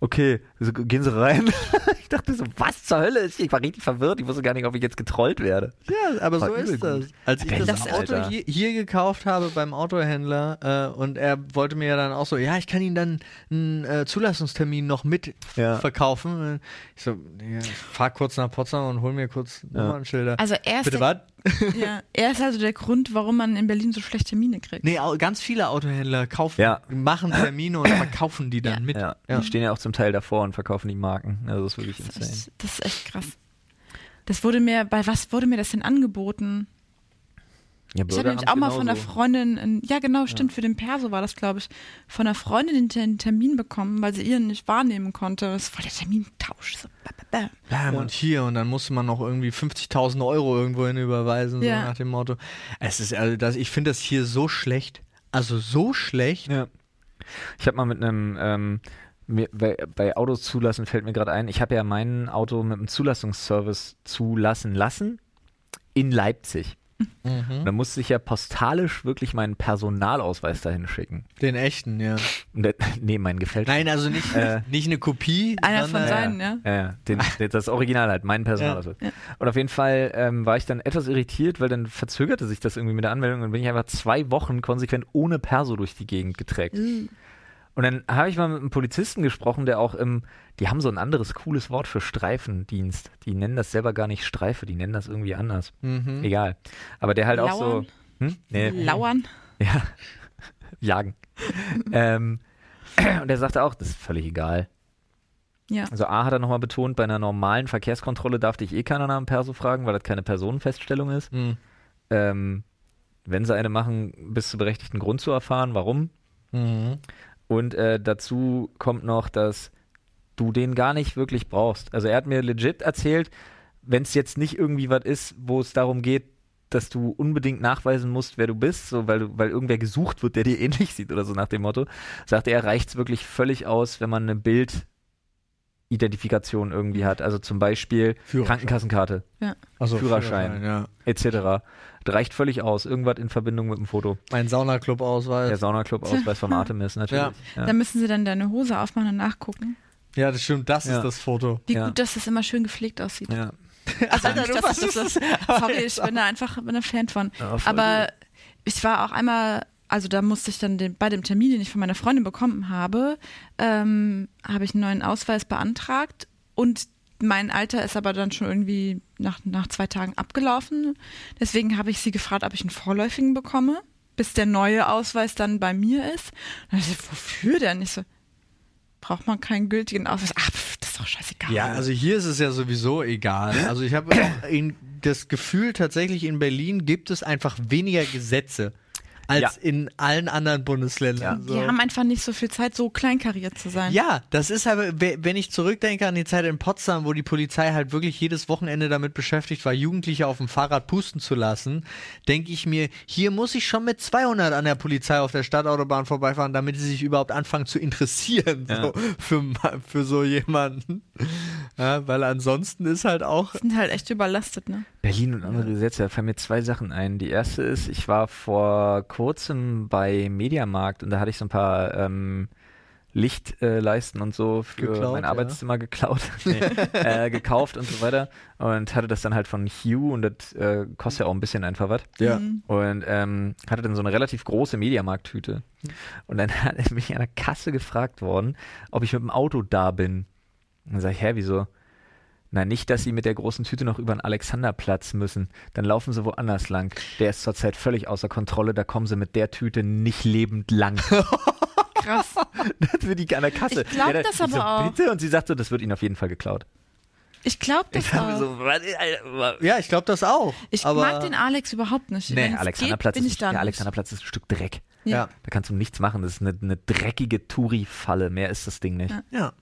Speaker 1: Okay, so, gehen Sie rein. *laughs* Ich dachte so, was zur Hölle ist hier? Ich war richtig verwirrt. Ich wusste gar nicht, ob ich jetzt getrollt werde.
Speaker 2: Ja, aber
Speaker 1: War
Speaker 2: so
Speaker 1: übel
Speaker 2: ist das.
Speaker 1: gut.
Speaker 2: Als ich
Speaker 1: Alter.
Speaker 2: das Auto hier, hier gekauft habe beim Autohändler äh, und er wollte mir ja dann auch so, ja, ich kann Ihnen dann einen äh, Zulassungstermin noch mit
Speaker 1: Ja.
Speaker 2: verkaufen. Ich so, ja, ich fahr kurz nach Potsdam und hol mir kurz Nummernschilder.
Speaker 3: Also er ist
Speaker 2: Äh, Bitte was?
Speaker 3: der- Ja, er ist also der Grund, warum man in Berlin so schlechte Miene kriegt.
Speaker 2: Nee, au- ganz viele Autohändler kaufen,
Speaker 1: Ja.
Speaker 2: machen Termine und verkaufen die dann
Speaker 3: Ja.
Speaker 2: mit.
Speaker 1: Ja, die stehen ja auch zum Teil davor und verkaufen die Marken. Also das ist wirklich
Speaker 3: Das
Speaker 1: insane.
Speaker 3: ist, das ist echt krass. Das wurde mir, bei was wurde mir das denn angeboten?
Speaker 1: Ja,
Speaker 3: Ich hatte nämlich auch mal von einer Freundin, einen- ja genau, stimmt, für den Perso war das, glaube ich, von einer Freundin den, den Termin bekommen, weil sie ihren nicht wahrnehmen konnte. Das war der Termintausch. So, bam, bam, bam.
Speaker 2: Bam, und hier und dann musste man noch irgendwie 50.000 Euro irgendwo hin überweisen,
Speaker 3: Ja.
Speaker 2: so nach dem Motto. Es ist also das, ich finde das hier so schlecht. Also so schlecht.
Speaker 1: Ja. Ich habe mal mit einem, ähm, mir, bei, bei Autos zulassen fällt mir gerade ein, ich habe ja mein Auto mit einem Zulassungsservice zulassen lassen in Leipzig. Und da musste ich ja postalisch wirklich meinen Personalausweis dahin schicken.
Speaker 2: Den echten, ja.
Speaker 1: Und der, *laughs* nee, meinen gefällt
Speaker 2: Nein, also nicht, *laughs* nicht eine Kopie.
Speaker 3: Einer
Speaker 2: sondern-
Speaker 3: von seinen, ja.
Speaker 1: Ja, ja. Den, den, das Original halt, mein Personalausweis. Und auf jeden Fall ähm, war ich dann etwas irritiert, weil dann verzögerte sich das irgendwie mit der Anmeldung und bin ich einfach zwei Wochen konsequent ohne Perso durch die Gegend geträgt. Und dann habe ich mal mit einem Polizisten gesprochen, der auch im, die haben so ein anderes cooles Wort für Streifendienst. Die nennen das selber gar nicht Streife, die nennen das irgendwie anders. Egal. Aber der halt auch
Speaker 3: Mhm. Lauern?
Speaker 1: so. Hm? Nee.
Speaker 3: Lauern.
Speaker 1: Ja. *laughs* Jagen. *laughs* ähm, *clears throat* und er sagte auch, das ist völlig egal.
Speaker 3: Ja.
Speaker 1: Also A hat er nochmal betont, bei einer normalen Verkehrskontrolle darf dich eh keiner nach dem Perso fragen, weil das keine Personenfeststellung ist.
Speaker 2: Mhm.
Speaker 1: Ähm, wenn sie eine machen, bist du berechtigten Grund zu erfahren, warum.
Speaker 2: Mhm.
Speaker 1: Und äh, dazu kommt noch, dass du den gar nicht wirklich brauchst. Also er hat mir legit erzählt, wenn es jetzt nicht irgendwie was ist, wo es darum geht, dass du unbedingt nachweisen musst, wer du bist, so weil, du- weil irgendwer gesucht wird, der dir *laughs* ähnlich sieht oder so nach dem Motto, sagte er, reicht es wirklich völlig aus, wenn man eine Bildidentifikation irgendwie hat. Also zum Beispiel
Speaker 2: Führerschein.
Speaker 1: Krankenkassenkarte
Speaker 2: Also
Speaker 1: Führerschein.
Speaker 2: ja.
Speaker 1: etc. Das reicht völlig aus. Irgendwas in Verbindung mit dem Foto.
Speaker 2: Mein
Speaker 1: Der
Speaker 2: Saunaclub-Ausweis.
Speaker 1: Saunaclub-Ausweis vom Artemis natürlich. Ja.
Speaker 3: Da müssen sie dann deine Hose aufmachen und nachgucken.
Speaker 2: Ja, das stimmt, das
Speaker 1: Ja.
Speaker 2: ist das Foto.
Speaker 3: Wie
Speaker 1: Ja.
Speaker 3: gut, dass das immer schön gepflegt aussieht.
Speaker 1: ja.
Speaker 3: Also
Speaker 2: Alter,
Speaker 3: nicht,
Speaker 2: du
Speaker 3: dass
Speaker 2: *laughs*
Speaker 3: ich das,
Speaker 2: versuchst es, aber
Speaker 3: sorry, ich
Speaker 2: jetzt
Speaker 3: bin da einfach bin ein Fan von.
Speaker 1: Ja, voll
Speaker 3: aber ich war auch einmal, also da musste ich dann den, bei dem Termin, den ich von meiner Freundin bekommen habe, ähm, habe ich einen neuen Ausweis beantragt und mein Alter ist aber dann schon irgendwie nach, nach zwei Tagen abgelaufen. Deswegen habe ich sie gefragt, ob ich einen vorläufigen bekomme, bis der neue Ausweis dann bei mir ist. Und dann hab ich so, wofür denn? Ich so, braucht man keinen gültigen Ausweis? Ach, pf, das ist doch scheißegal.
Speaker 2: Ja, also hier ist es ja sowieso egal. Also ich habe auch in, das Gefühl, tatsächlich in Berlin gibt es einfach weniger Gesetze als
Speaker 1: Ja.
Speaker 2: in allen anderen Bundesländern.
Speaker 3: Die
Speaker 2: So.
Speaker 3: haben einfach nicht so viel Zeit, so kleinkariert zu sein.
Speaker 2: Ja, das ist aber, we- wenn ich zurückdenke an die Zeit in Potsdam, wo die Polizei halt wirklich jedes Wochenende damit beschäftigt war, Jugendliche auf dem Fahrrad pusten zu lassen, denke ich mir, hier muss ich schon mit 200 an der Polizei auf der Stadtautobahn vorbeifahren, damit sie sich überhaupt anfangen zu interessieren so, für, ma- für so jemanden. Ja, weil ansonsten ist halt auch.
Speaker 3: Die sind halt echt überlastet, ne?
Speaker 1: Berlin und andere Gesetze, da fallen mir zwei Sachen ein. Die erste ist, ich war vor kurzem bei Mediamarkt und da hatte ich so ein paar ähm, Lichtleisten äh, Leisten und so für
Speaker 2: Geklaut,
Speaker 1: mein
Speaker 2: ja.
Speaker 1: Arbeitszimmer
Speaker 2: *laughs*
Speaker 1: geklaut, *laughs* nee, äh, gekauft und so weiter und hatte das dann halt von Hue und das äh, kostet ja auch ein bisschen einfach was.
Speaker 2: Ja.
Speaker 3: Mhm.
Speaker 1: Und ähm, hatte dann so eine relativ große Mediamarkt-Tüte. Und dann *laughs* hat er mich an der Kasse gefragt worden, ob ich mit dem Auto da bin. Und dann sag ich, hä, wieso? Na, nicht, dass sie mit der großen Tüte noch über den Alexanderplatz müssen. Dann laufen sie woanders lang. Der ist zurzeit völlig außer Kontrolle. Da kommen sie mit der Tüte nicht lebend
Speaker 3: *laughs*
Speaker 1: lang. *laughs*
Speaker 3: Krass.
Speaker 1: das wird die an der Kasse.
Speaker 3: Ich glaub
Speaker 1: Ja, da- ich
Speaker 3: das
Speaker 1: so,
Speaker 3: aber auch.
Speaker 1: Bitte? Und sie sagt so, das wird ihnen auf jeden Fall geklaut.
Speaker 3: Ich glaube das
Speaker 1: Ich dachte
Speaker 3: auch.
Speaker 1: so, was, Äh, Alter,
Speaker 2: Ja, ich glaube das auch.
Speaker 3: ich
Speaker 2: aber,
Speaker 3: mag den Alex überhaupt nicht.
Speaker 1: nee,
Speaker 3: Wenn es
Speaker 1: Alexanderplatz,
Speaker 3: geht, bin
Speaker 1: ist,
Speaker 3: ich da
Speaker 1: der
Speaker 3: nicht.
Speaker 1: Alexanderplatz ist ein Stück Dreck.
Speaker 2: Ja.
Speaker 1: Da kannst du nichts machen. Das ist eine, eine dreckige Touri-Falle. Mehr ist das Ding nicht.
Speaker 2: ja.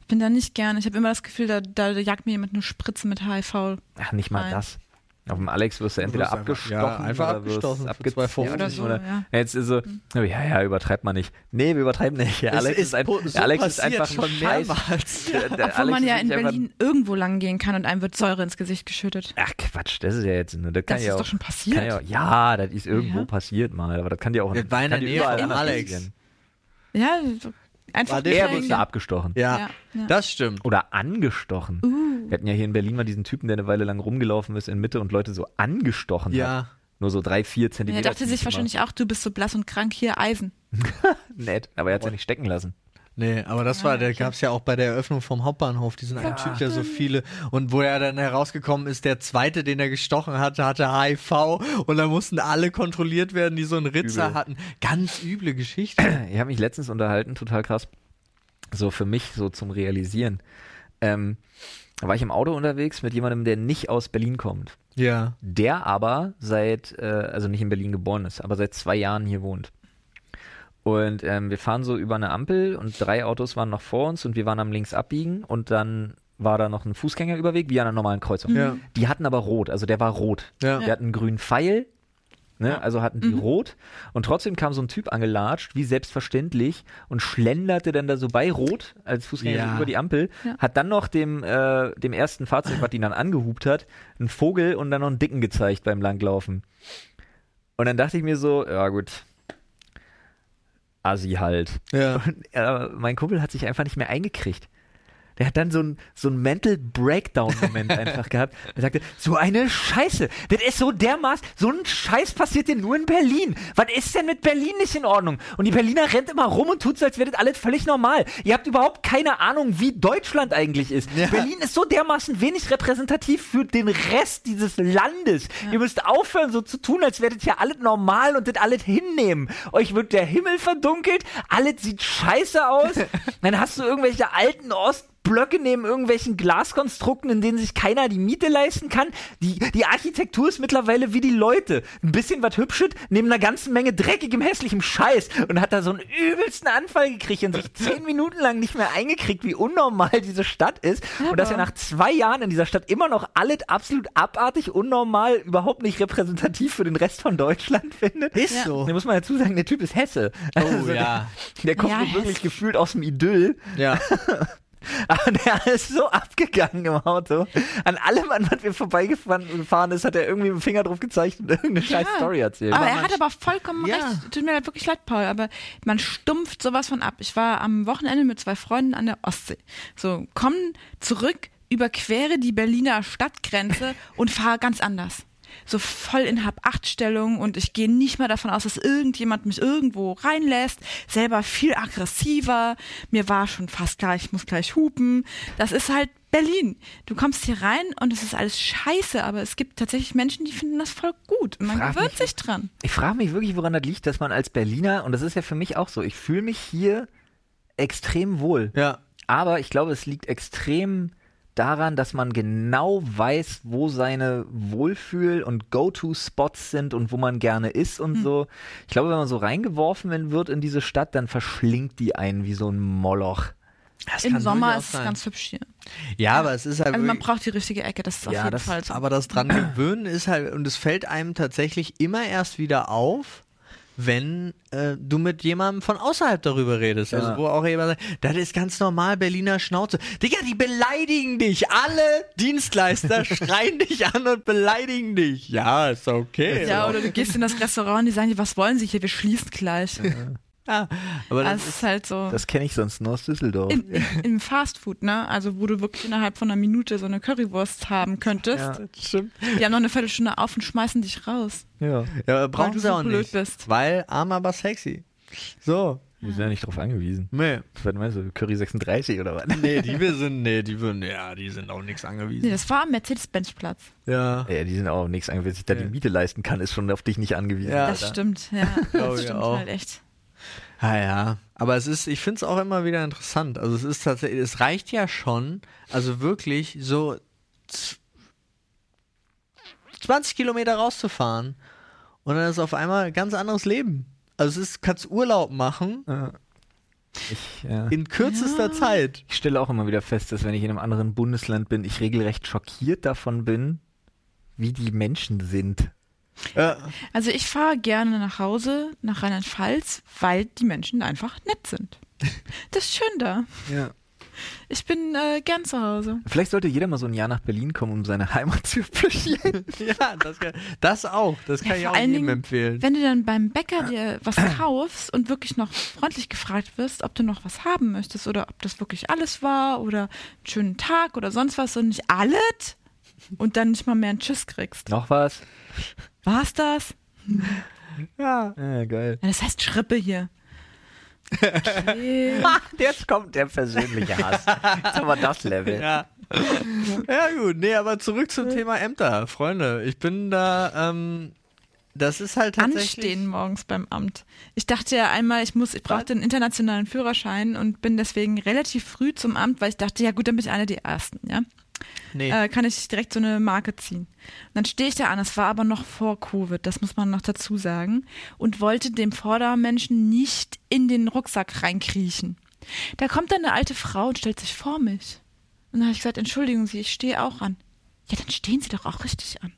Speaker 3: Ich bin da nicht gern. Ich habe immer das Gefühl, da, da jagt mir jemand eine Spritze mit HIV.
Speaker 1: Ach, nicht mal
Speaker 3: Nein.
Speaker 1: das. Auf dem Alex wirst du entweder
Speaker 2: wirst Also einfach-
Speaker 1: abgestochen
Speaker 2: ja, einfach
Speaker 1: oder wirst
Speaker 2: abgestochen für
Speaker 1: abgezogen
Speaker 2: 2,50
Speaker 3: oder so, ja. Mhm.
Speaker 1: Jetzt ist so, oh, ja, ja, übertreibt man nicht. Nee, wir übertreiben nicht. Der
Speaker 2: Es
Speaker 1: Alex
Speaker 2: ist
Speaker 1: ist, ein,
Speaker 2: po- so
Speaker 1: der Alex ist
Speaker 2: passiert
Speaker 1: einfach
Speaker 2: schon
Speaker 1: scheiß- *laughs*
Speaker 2: mehrmals.
Speaker 1: Der- der
Speaker 3: *laughs* Obwohl man
Speaker 1: Alex
Speaker 3: ja
Speaker 1: ist
Speaker 3: in
Speaker 1: einfach-
Speaker 3: Berlin irgendwo lang gehen kann und einem wird Säure ins Gesicht geschüttet.
Speaker 1: Ach Quatsch, das ist ja jetzt. Ne, das kann
Speaker 3: Das
Speaker 1: ja
Speaker 3: ist
Speaker 1: auch,
Speaker 3: doch schon passiert.
Speaker 1: Kann ja, auch, ja, das ist irgendwo
Speaker 3: Ja.
Speaker 1: passiert mal, aber das kann dir auch
Speaker 2: Wir eh waren
Speaker 1: kann
Speaker 2: in der
Speaker 1: dir
Speaker 2: Nähe
Speaker 1: überall
Speaker 2: vom
Speaker 1: anders
Speaker 2: Alex.
Speaker 1: passieren.
Speaker 3: Ja, Einfach
Speaker 2: War
Speaker 1: Er
Speaker 3: nicht
Speaker 2: der
Speaker 1: wurde
Speaker 3: hängen.
Speaker 1: da abgestochen.
Speaker 2: Ja,
Speaker 3: Ja, ja.
Speaker 2: das stimmt.
Speaker 1: Oder angestochen.
Speaker 3: Uh.
Speaker 1: Wir hatten ja hier in Berlin mal diesen Typen, der eine Weile lang rumgelaufen ist in Mitte und Leute so angestochen
Speaker 2: Ja.
Speaker 1: hat. Nur so drei, vier
Speaker 3: Er
Speaker 1: Zentimeter.
Speaker 3: dachte sich
Speaker 1: tief immer.
Speaker 3: wahrscheinlich auch, du bist so blass und krank, hier Eisen.
Speaker 1: Nett, aber er hat es nicht stecken lassen.
Speaker 2: Nee, aber das war, der gab es ja auch bei der Eröffnung vom Hauptbahnhof, diesen einen Typ, der so viele. Und wo er dann herausgekommen ist, der zweite, den er gestochen hatte, hatte HIV und da mussten alle kontrolliert werden, die so einen Ritzer
Speaker 1: Übel.
Speaker 2: hatten. Ganz üble Geschichte.
Speaker 1: Ich habe mich letztens unterhalten, total krass. So für mich, so zum Realisieren. Ähm, da war ich im Auto unterwegs mit jemandem, der nicht aus Berlin kommt.
Speaker 2: ja.
Speaker 1: der aber seit, äh, also nicht in Berlin geboren ist, aber seit zwei Jahren hier wohnt. Und ähm, wir fahren so über eine Ampel und drei Autos waren noch vor uns und wir waren am links abbiegen und dann war da noch ein Fußgängerüberweg wie an einer normalen Kreuzung.
Speaker 2: Ja.
Speaker 1: Die hatten aber rot, also der war rot.
Speaker 2: Ja.
Speaker 1: Der hat einen grünen Pfeil, ne? also hatten
Speaker 2: Mhm.
Speaker 1: die rot und trotzdem kam so ein Typ angelatscht, wie selbstverständlich und schlenderte dann da so bei rot als Fußgänger
Speaker 2: Ja.
Speaker 1: über die Ampel, hat dann noch dem, äh, dem ersten Fahrzeug, was ihn dann angehupt hat, einen Vogel und dann noch einen Dicken gezeigt beim Langlaufen. Und dann dachte ich mir so, ja gut, Assi halt.
Speaker 2: Ja.
Speaker 1: Und äh, mein Kumpel hat sich einfach nicht mehr eingekriegt. Der hat dann so einen so einen Mental Breakdown-Moment einfach gehabt. Er sagte, so eine Scheiße. Das ist so dermaß, so ein Scheiß passiert dir nur in Berlin. Was ist denn mit Berlin nicht in Ordnung? Und die Berliner rennt immer rum und tut so, als wäre das alles völlig normal. Ihr habt überhaupt keine Ahnung, wie Deutschland eigentlich ist. Berlin ist so dermaßen wenig repräsentativ für den Rest dieses Landes. Ihr müsst aufhören, so zu tun, als wäre das hier alles normal und das alles hinnehmen. Euch wird der Himmel verdunkelt, alles sieht scheiße aus. Dann hast du irgendwelche alten Ost Blöcke neben irgendwelchen Glaskonstrukten, in denen sich keiner die Miete leisten kann. Die, die Architektur ist mittlerweile wie die Leute. Ein bisschen was Hübsches, neben einer ganzen Menge dreckigem, hässlichem Scheiß. Und hat da so einen übelsten Anfall gekriegt und sich zehn Minuten lang nicht mehr eingekriegt, wie unnormal diese Stadt ist. Und dass er nach zwei Jahren in dieser Stadt immer noch alles absolut abartig, unnormal, überhaupt nicht repräsentativ für den Rest von Deutschland *laughs* findet.
Speaker 2: Ist
Speaker 3: Ja.
Speaker 1: Da
Speaker 2: so. Oh,
Speaker 1: muss man dazu sagen, der Typ ist Hesse. Also der-
Speaker 2: ja.
Speaker 1: Der kommt
Speaker 3: Ja,
Speaker 1: so wirklich
Speaker 3: hässlich.
Speaker 1: gefühlt aus dem Idyll.
Speaker 2: Ja.
Speaker 1: Aber der *laughs* ist so abgegangen im Auto. An allem, an was wir vorbeigefahren gefahren ist, hat er irgendwie mit dem Finger drauf gezeigt und irgendeine scheiß Story erzählt.
Speaker 3: Aber er hat aber vollkommen
Speaker 2: Ja.
Speaker 3: recht. Tut mir leid, wirklich leid, Paul, aber man stumpft sowas von ab. Ich war am Wochenende mit zwei Freunden an der Ostsee. So, kommen zurück, überquere die Berliner Stadtgrenze und fahre ganz anders. So voll in Hab-Acht-Stellung und ich gehe nicht mal davon aus, dass irgendjemand mich irgendwo reinlässt. Selber viel aggressiver. Mir war schon fast klar, ich muss gleich hupen. Das ist halt Berlin. Du kommst hier rein und es ist alles scheiße, aber es gibt tatsächlich Menschen, die finden das voll gut. Und man
Speaker 1: Frag mich,
Speaker 3: gewöhnt sich dran.
Speaker 1: ich frage mich wirklich, woran das liegt, dass man als Berliner, und das ist ja für mich auch so, ich fühle mich hier extrem wohl.
Speaker 2: Ja.
Speaker 1: Aber ich glaube, es liegt extrem daran, dass man genau weiß, wo seine Wohlfühl- und Go-To-Spots sind und wo man gerne ist und so. Ich glaube, wenn man so reingeworfen wird in diese Stadt, dann verschlingt die einen wie so ein Moloch.
Speaker 2: Das
Speaker 3: Im
Speaker 2: kann
Speaker 3: Sommer
Speaker 2: durchaus
Speaker 3: ist es
Speaker 2: sein.
Speaker 3: ganz hübsch hier.
Speaker 2: Ja, aber es ist halt.
Speaker 3: Aber Also man
Speaker 2: wirklich-
Speaker 3: braucht die richtige Ecke, das ist auf
Speaker 1: Ja,
Speaker 3: jeden
Speaker 1: das-
Speaker 3: Fall so.
Speaker 2: Aber das dran gewöhnen ist halt, und es fällt einem tatsächlich immer erst wieder auf, wenn äh, du mit jemandem von außerhalb darüber redest. Also wo auch jemand sagt, das ist ganz normal, Berliner Schnauze. Digga, die beleidigen dich. Alle
Speaker 3: *laughs*
Speaker 2: Dienstleister schreien dich an und beleidigen dich. Ja, ist okay.
Speaker 3: ja, oder du gehst in das Restaurant und die sagen dir, was wollen sie hier, wir schließen gleich.
Speaker 2: Ja, Ah, aber das
Speaker 3: Also es ist halt so.
Speaker 1: Das kenne ich sonst nur aus Düsseldorf.
Speaker 3: Im, im, Im Fastfood, ne? Also wo du wirklich innerhalb von einer Minute so eine Currywurst haben könntest.
Speaker 2: ist, stimmt.
Speaker 3: Die haben noch eine Viertelstunde auf und schmeißen dich raus.
Speaker 1: ja.
Speaker 2: Ja, aber brauchen
Speaker 3: du
Speaker 2: sie
Speaker 3: so
Speaker 2: auch
Speaker 3: blöd
Speaker 2: nicht.
Speaker 3: bist.
Speaker 2: Weil arm, aber sexy. So.
Speaker 1: Wir sind ja nicht drauf angewiesen.
Speaker 3: *laughs*
Speaker 2: Nee.
Speaker 1: Was meinst du, Curry 36 oder was?
Speaker 2: Nee, die wir sind, nee, die würden, ja, die sind auch nichts
Speaker 3: Nee,
Speaker 2: angewiesen.
Speaker 3: das war am Mercedes-Benz-Platz.
Speaker 2: Ja.
Speaker 1: Ja, die sind auch auf nichts angewiesen. Sich da die Miete leisten kann, ist schon auf dich nicht angewiesen.
Speaker 2: Ja.
Speaker 3: Das
Speaker 2: Alter.
Speaker 3: stimmt, ja.
Speaker 2: Ah, *laughs* Glaub
Speaker 3: Das
Speaker 2: ich
Speaker 3: stimmt
Speaker 2: auch.
Speaker 3: halt echt.
Speaker 2: Ja, Ah, ja. Aber es ist, ich finde es auch immer wieder interessant. Also es ist tatsächlich, es reicht ja schon, also wirklich so z- 20 Kilometer rauszufahren und dann ist auf einmal ein ganz anderes Leben. Also es ist, kannst Urlaub machen
Speaker 1: Ich, ja.
Speaker 2: in kürzester Zeit.
Speaker 1: ich stelle auch immer wieder fest, dass wenn ich in einem anderen Bundesland bin, ich regelrecht schockiert davon bin, wie die Menschen sind.
Speaker 2: Äh,
Speaker 3: Also ich fahre gerne nach Hause,
Speaker 2: *laughs*
Speaker 3: nach Rheinland-Pfalz, weil die Menschen einfach nett sind. Das ist schön da.
Speaker 1: Ja.
Speaker 3: Ich bin äh, gern zu Hause.
Speaker 1: Vielleicht sollte jeder mal so ein Jahr nach Berlin kommen, um seine Heimat *laughs* zu appreciieren.
Speaker 2: Ja, das, kann, das auch. Das kann ich
Speaker 3: vor
Speaker 2: auch
Speaker 3: allen
Speaker 2: jedem
Speaker 3: Dingen,
Speaker 2: empfehlen.
Speaker 3: Wenn du dann beim Bäcker dir was kaufst und wirklich noch freundlich gefragt wirst, ob du noch was haben möchtest oder ob das wirklich alles war oder einen schönen Tag oder sonst was und nicht alles und dann nicht mal mehr einen Tschüss kriegst.
Speaker 1: Noch was?
Speaker 3: War's das?
Speaker 2: Ja.
Speaker 1: Ah, geil.
Speaker 3: Ja, das heißt Schrippe hier. Okay.
Speaker 1: Jetzt kommt der persönliche *laughs* Hass. Jetzt haben wir das Level.
Speaker 2: Ja. ja, gut. Nee, aber zurück zum Thema Ämter, Freunde. Ich bin da, ähm, das ist halt tatsächlich.
Speaker 3: Anstehen morgens beim Amt. Ich dachte ja einmal, ich muss, ich brauchte einen internationalen Führerschein und bin deswegen relativ früh zum Amt, weil ich dachte, ja gut, dann bin ich einer der ersten, ja.
Speaker 2: Nee.
Speaker 3: äh, kann ich direkt so eine Marke ziehen. Und dann stehe ich da an, das war aber noch vor Covid, das muss man noch dazu sagen, und wollte dem Vordermenschen nicht in den Rucksack reinkriechen. Da kommt dann eine alte Frau und stellt sich vor mich. Und dann habe ich gesagt, entschuldigen Sie, ich stehe auch an. Ja, dann stehen Sie doch auch
Speaker 2: *laughs*
Speaker 3: richtig an.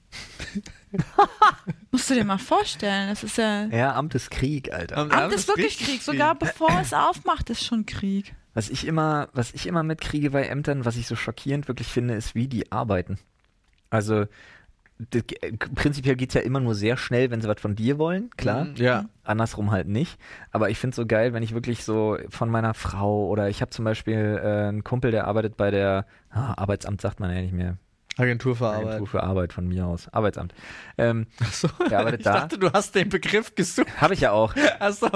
Speaker 3: Musst du dir mal vorstellen, das ist ja...
Speaker 1: Ja, Amt ist Krieg, Alter.
Speaker 2: Am-
Speaker 3: Amt
Speaker 2: Ähm, das
Speaker 3: ist wirklich
Speaker 2: richtig
Speaker 3: Krieg, sogar bevor es aufmacht, ist schon Krieg.
Speaker 1: Was ich immer, was ich immer mitkriege bei Ämtern, was ich so schockierend wirklich finde, ist, wie die arbeiten. Also d- g- prinzipiell geht's ja immer nur sehr schnell, wenn sie was von dir wollen, klar.
Speaker 2: Mhm, ja.
Speaker 3: Hm.
Speaker 1: Andersrum halt nicht. Aber ich finde so geil, wenn ich wirklich so von meiner Frau oder ich habe zum Beispiel äh, einen Kumpel, der arbeitet bei der ah, Arbeitsamt, sagt man ja nicht mehr.
Speaker 2: Agentur für Arbeit.
Speaker 1: Agentur für Arbeit von mir aus. Arbeitsamt. Ähm,
Speaker 2: Achso,
Speaker 1: Der arbeitet
Speaker 2: *laughs* ich
Speaker 1: da.
Speaker 2: dachte, du hast den Begriff *laughs* gesucht.
Speaker 1: habe ich ja auch.
Speaker 2: Achso.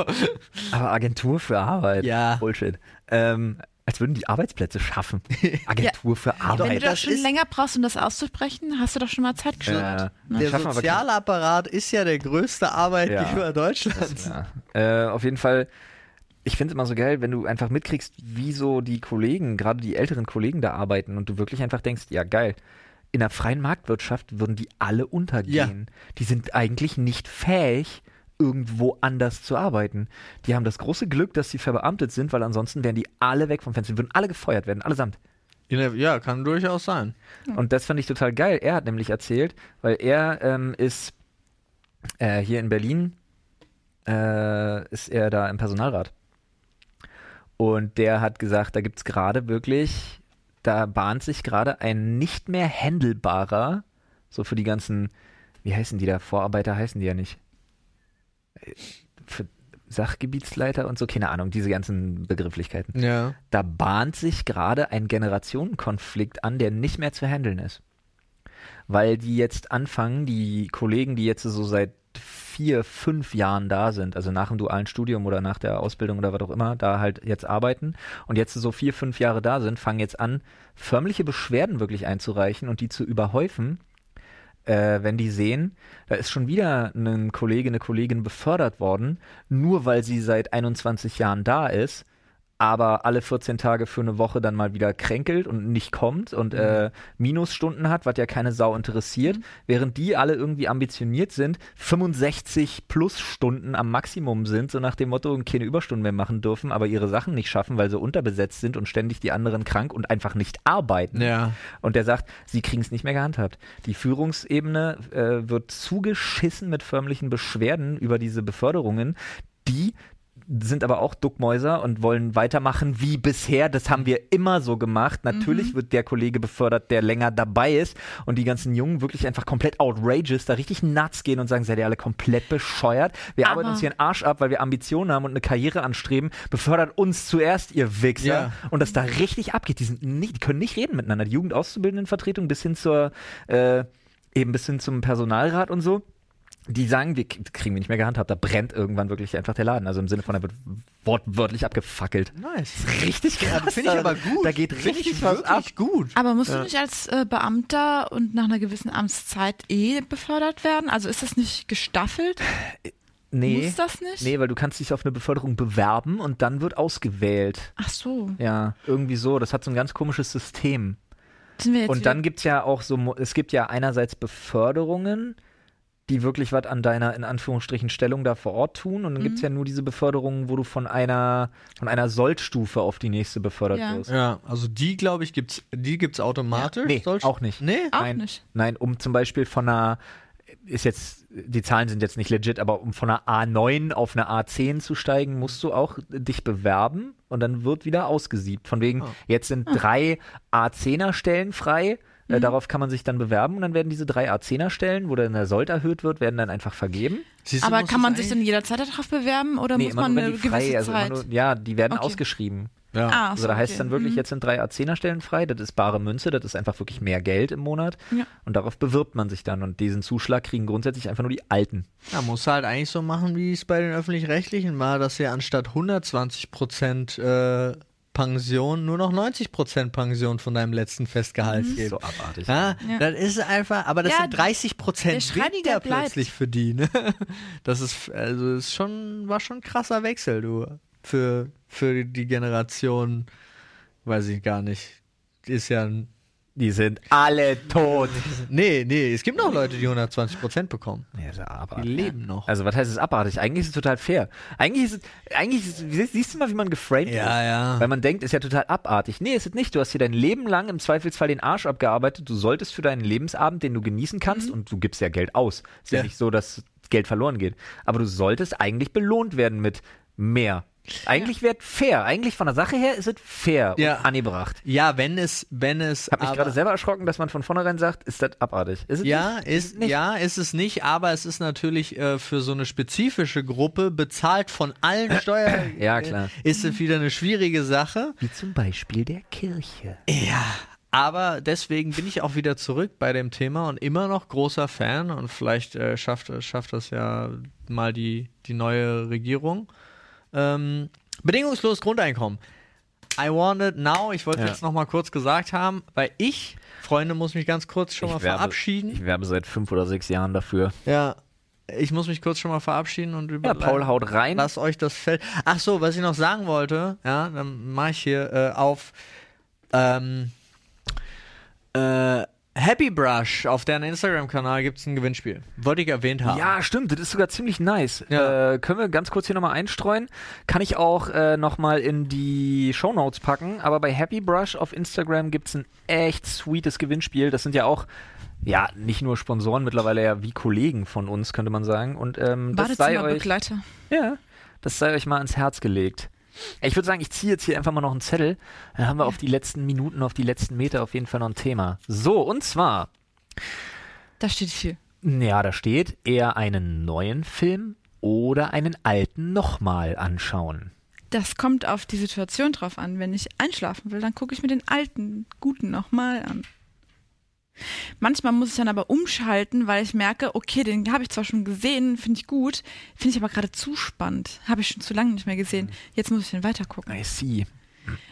Speaker 1: Aber Agentur für Arbeit.
Speaker 2: Ja.
Speaker 1: Bullshit. Ähm, als würden die Arbeitsplätze
Speaker 2: *laughs*
Speaker 1: schaffen. Agentur für
Speaker 3: Wenn du
Speaker 1: Arbeit.
Speaker 3: doch
Speaker 2: das
Speaker 3: schon
Speaker 2: ist-
Speaker 3: länger brauchst, um das auszusprechen, hast du doch schon mal Zeit geschlagen.
Speaker 1: Ja.
Speaker 2: Der
Speaker 1: Schaffen aber keine-
Speaker 2: Sozialapparat ist ja der größte Arbeitgeber
Speaker 1: Ja.
Speaker 2: Deutschlands.
Speaker 1: Ja. Äh, auf jeden Fall, ich finde es immer so geil, wenn du einfach mitkriegst, wie so die Kollegen, gerade die älteren Kollegen da arbeiten und du wirklich einfach denkst, ja geil, in der freien Marktwirtschaft würden die alle untergehen. Die sind eigentlich nicht fähig, irgendwo anders zu arbeiten. Die haben das große Glück, dass sie verbeamtet sind, weil ansonsten wären die alle weg vom Fenster, Die würden alle gefeuert werden, allesamt.
Speaker 2: In der- Ja, kann durchaus sein.
Speaker 1: Und das fand ich total geil. Er hat nämlich erzählt, weil er ähm, ist äh, hier in Berlin, äh, ist er da im Personalrat. Und der hat gesagt, da gibt es gerade wirklich, da bahnt sich gerade ein nicht mehr händelbarer, so für die ganzen, wie heißen die da, Vorarbeiter heißen die ja nicht. Äh, Für Sachgebietsleiter und so, keine Ahnung, diese ganzen Begrifflichkeiten
Speaker 2: Ja.
Speaker 1: da bahnt sich gerade ein Generationenkonflikt an, der nicht mehr zu handeln ist. Weil die jetzt anfangen, die Kollegen, die jetzt so seit vier, fünf Jahren da sind, also nach dem dualen Studium oder nach der Ausbildung oder was auch immer, da halt jetzt arbeiten und jetzt so vier, fünf Jahre da sind, fangen jetzt an, förmliche Beschwerden wirklich einzureichen und die zu überhäufen, äh, wenn die sehen, da ist schon wieder ein Kollege, eine Kollegin befördert worden, nur weil sie seit 21 Jahren da ist, aber alle 14 Tage für eine Woche dann mal wieder kränkelt und nicht kommt und äh, Minusstunden hat, was ja keine Sau interessiert, während die alle irgendwie ambitioniert sind, 65 plus Stunden am Maximum sind, so nach dem Motto, keine Überstunden mehr machen dürfen, aber ihre Sachen nicht schaffen, weil sie unterbesetzt sind und ständig die anderen krank und einfach nicht arbeiten.
Speaker 2: Ja.
Speaker 1: Und der sagt, sie kriegen es nicht mehr gehandhabt. Die Führungsebene äh, wird zugeschissen mit förmlichen Beschwerden über diese Beförderungen, die sind aber auch Duckmäuser und wollen weitermachen wie bisher. Das haben wir immer so gemacht. Natürlich wird der Kollege befördert, der länger dabei ist und die ganzen Jungen wirklich einfach komplett outrageous, da richtig nuts gehen und sagen, seid ihr alle komplett bescheuert. Wir
Speaker 3: Aber-
Speaker 1: arbeiten uns hier den Arsch ab, weil wir Ambitionen haben und eine Karriere anstreben. Befördert uns zuerst, ihr Wichser.
Speaker 2: Ja.
Speaker 1: Und dass da richtig abgeht. Die, sind nicht, die können nicht reden miteinander. Die Jugendauszubildendenvertretung bis hin zur, äh, eben bis hin zum Personalrat und so. Die sagen, wir k- kriegen wir nicht mehr gehandhabt. Da brennt irgendwann wirklich einfach der Laden. Also im Sinne von, da wird wortwörtlich abgefackelt.
Speaker 2: *laughs* Nice.
Speaker 1: Richtig krass.
Speaker 2: Finde ich aber gut.
Speaker 1: Da geht
Speaker 2: Finde ich
Speaker 1: richtig was ab.
Speaker 2: wirklich gut.
Speaker 3: Aber musst du nicht als äh, Beamter und nach einer gewissen Amtszeit eh befördert werden? Also ist das nicht gestaffelt?
Speaker 1: Nee.
Speaker 3: Muss das nicht?
Speaker 1: Nee, weil du kannst dich auf eine Beförderung bewerben und dann wird ausgewählt.
Speaker 3: Ach so.
Speaker 1: Ja, irgendwie so. Das hat so ein ganz komisches System.
Speaker 3: Sind wir jetzt
Speaker 1: Und dann gibt's ja auch so, Mo- es gibt ja einerseits Beförderungen, die wirklich was an deiner, in Anführungsstrichen, Stellung da vor Ort tun. Und dann gibt's ja nur diese Beförderungen, wo du von einer, von einer Soldstufe auf die nächste befördert
Speaker 3: Ja.
Speaker 1: wirst.
Speaker 2: Ja, also die, glaube ich, gibt's, die gibt's automatisch.
Speaker 1: Nee,
Speaker 2: Solche-
Speaker 1: auch nicht.
Speaker 2: Nee?
Speaker 3: Auch
Speaker 1: nein,
Speaker 3: nicht.
Speaker 1: Nein, um zum Beispiel von einer ist jetzt, die Zahlen sind jetzt nicht legit, aber um von einer A9 auf eine A10 zu steigen, musst du auch dich bewerben und dann wird wieder ausgesiebt. Von wegen, jetzt sind
Speaker 3: Ah.
Speaker 1: drei A10er-Stellen frei, äh,
Speaker 3: Mhm.
Speaker 1: darauf kann man sich dann bewerben und dann werden diese drei A10er-Stellen, wo dann der Sold erhöht wird, werden dann einfach vergeben.
Speaker 2: Siehst du,
Speaker 3: Aber
Speaker 2: muss
Speaker 3: kann
Speaker 2: es
Speaker 3: man sich
Speaker 2: eigentlich-
Speaker 3: denn jederzeit darauf bewerben oder muss man
Speaker 1: nur,
Speaker 3: eine
Speaker 1: wenn die frei-
Speaker 3: gewisse
Speaker 1: also immer
Speaker 3: Zeit?
Speaker 1: nur, ja, die werden
Speaker 3: Okay.
Speaker 1: ausgeschrieben.
Speaker 2: Ja.
Speaker 3: Ah,
Speaker 1: Also
Speaker 3: so,
Speaker 1: da heißt es
Speaker 3: okay.
Speaker 1: dann wirklich, jetzt sind drei A10er-Stellen frei, das ist bare Münze, das ist einfach wirklich mehr Geld im Monat.
Speaker 3: Ja.
Speaker 1: Und darauf bewirbt man sich dann. Und diesen Zuschlag kriegen grundsätzlich einfach nur die Alten.
Speaker 2: Ja, muss halt eigentlich so machen, wie es bei den Öffentlich-Rechtlichen war, dass sie anstatt 120% äh, Pension nur noch 90% Pension von deinem letzten Festgehalt geben.
Speaker 1: So abartig.
Speaker 2: Ja,
Speaker 3: Mhm. Ja.
Speaker 2: das ist einfach, aber das
Speaker 3: Ja,
Speaker 2: sind 30
Speaker 3: der
Speaker 2: Prozent
Speaker 3: Schreibtisch
Speaker 2: weniger
Speaker 3: bleibt.
Speaker 2: plötzlich für die. Ne? Das ist also ist schon war schon ein krasser Wechsel, du für für die Generation, weiß ich gar nicht, ist ja ein,
Speaker 1: Die sind alle tot.
Speaker 2: nee nee, es gibt noch Leute, die 120 Prozent bekommen,
Speaker 1: *laughs* Ja, so
Speaker 2: die
Speaker 1: abartig.
Speaker 2: leben noch.
Speaker 1: Also was heißt es abartig? Eigentlich ist es total fair. Eigentlich ist es, eigentlich ist es, sie- siehst du mal, wie man geframed
Speaker 2: Ja,
Speaker 1: ist.
Speaker 2: ja.
Speaker 1: Weil man denkt, ist ja total abartig. Nee, ist es nicht. Du hast hier dein Leben lang im Zweifelsfall den Arsch abgearbeitet. Du solltest für deinen Lebensabend, den du genießen kannst, und du gibst ja Geld aus. Ist ja,
Speaker 2: Mhm. Ja.
Speaker 1: nicht so, dass Geld verloren geht. Aber du solltest eigentlich belohnt werden mit mehr. Eigentlich wäre fair. Eigentlich von der Sache her ist es fair
Speaker 2: Ja.
Speaker 1: und angebracht.
Speaker 2: Ja, wenn es wenn es
Speaker 1: Hab mich
Speaker 2: aber-
Speaker 1: gerade selber erschrocken, dass man von vornherein sagt, ist das abartig. Ist es
Speaker 2: Ja,
Speaker 1: nicht?
Speaker 2: ist,
Speaker 1: nicht.
Speaker 2: ja, ist es nicht, aber es ist natürlich äh, für so eine spezifische Gruppe bezahlt von
Speaker 1: *coughs*
Speaker 2: allen Steuern. äh,
Speaker 1: Ja, klar.
Speaker 2: Ist es wieder eine schwierige Sache.
Speaker 1: Wie zum Beispiel der Kirche.
Speaker 2: Ja. Aber deswegen bin ich auch wieder zurück bei dem Thema und immer noch großer Fan und vielleicht äh, schafft, schafft das ja mal die, die neue Regierung. Ähm, bedingungsloses Grundeinkommen. I want it now. Ich wollte
Speaker 1: Ja.
Speaker 2: jetzt noch mal kurz gesagt haben, weil ich, Freunde, muss mich ganz kurz schon mal
Speaker 1: werbe-
Speaker 2: verabschieden.
Speaker 1: Ich werbe seit fünf oder sechs Jahren dafür.
Speaker 2: Ja. Ich muss mich kurz schon mal verabschieden und über
Speaker 1: Ja, Paul haut rein.
Speaker 2: Lasst euch das Feld. Ach so, was ich noch sagen wollte, ja, dann mache ich hier äh, auf ähm, äh, Happy Brush auf deren Instagram-Kanal gibt es ein Gewinnspiel. Wollte ich erwähnt haben.
Speaker 1: Ja, stimmt, das ist sogar ziemlich nice.
Speaker 2: Ja.
Speaker 1: Äh, können wir ganz kurz hier nochmal einstreuen? Kann ich auch äh, nochmal in die Shownotes packen, aber bei Happy Brush auf Instagram gibt's ein echt sweetes Gewinnspiel. Das sind ja auch, ja, nicht nur Sponsoren, mittlerweile ja wie Kollegen von uns, könnte man sagen. Und
Speaker 3: Mhm.
Speaker 1: ähm, das sei euch.
Speaker 3: Badezimmerbegleiter.
Speaker 1: Ja, das sei euch mal ans Herz gelegt. Ich würde sagen, ich ziehe jetzt hier einfach mal noch einen Zettel. Dann haben wir auf die letzten Minuten, auf die letzten Meter auf jeden Fall noch ein Thema. So, und zwar,
Speaker 3: Da steht viel.
Speaker 1: ja, da steht, eher einen neuen Film oder einen alten nochmal anschauen.
Speaker 3: Das kommt auf die Situation drauf an. Wenn ich einschlafen will, dann gucke ich mir den alten, guten nochmal an. Manchmal muss ich dann aber umschalten, weil ich merke, okay, den habe ich zwar schon gesehen, finde ich gut, finde ich aber gerade zu spannend. Habe ich schon zu lange nicht mehr gesehen. Jetzt muss ich den weitergucken.
Speaker 1: I see.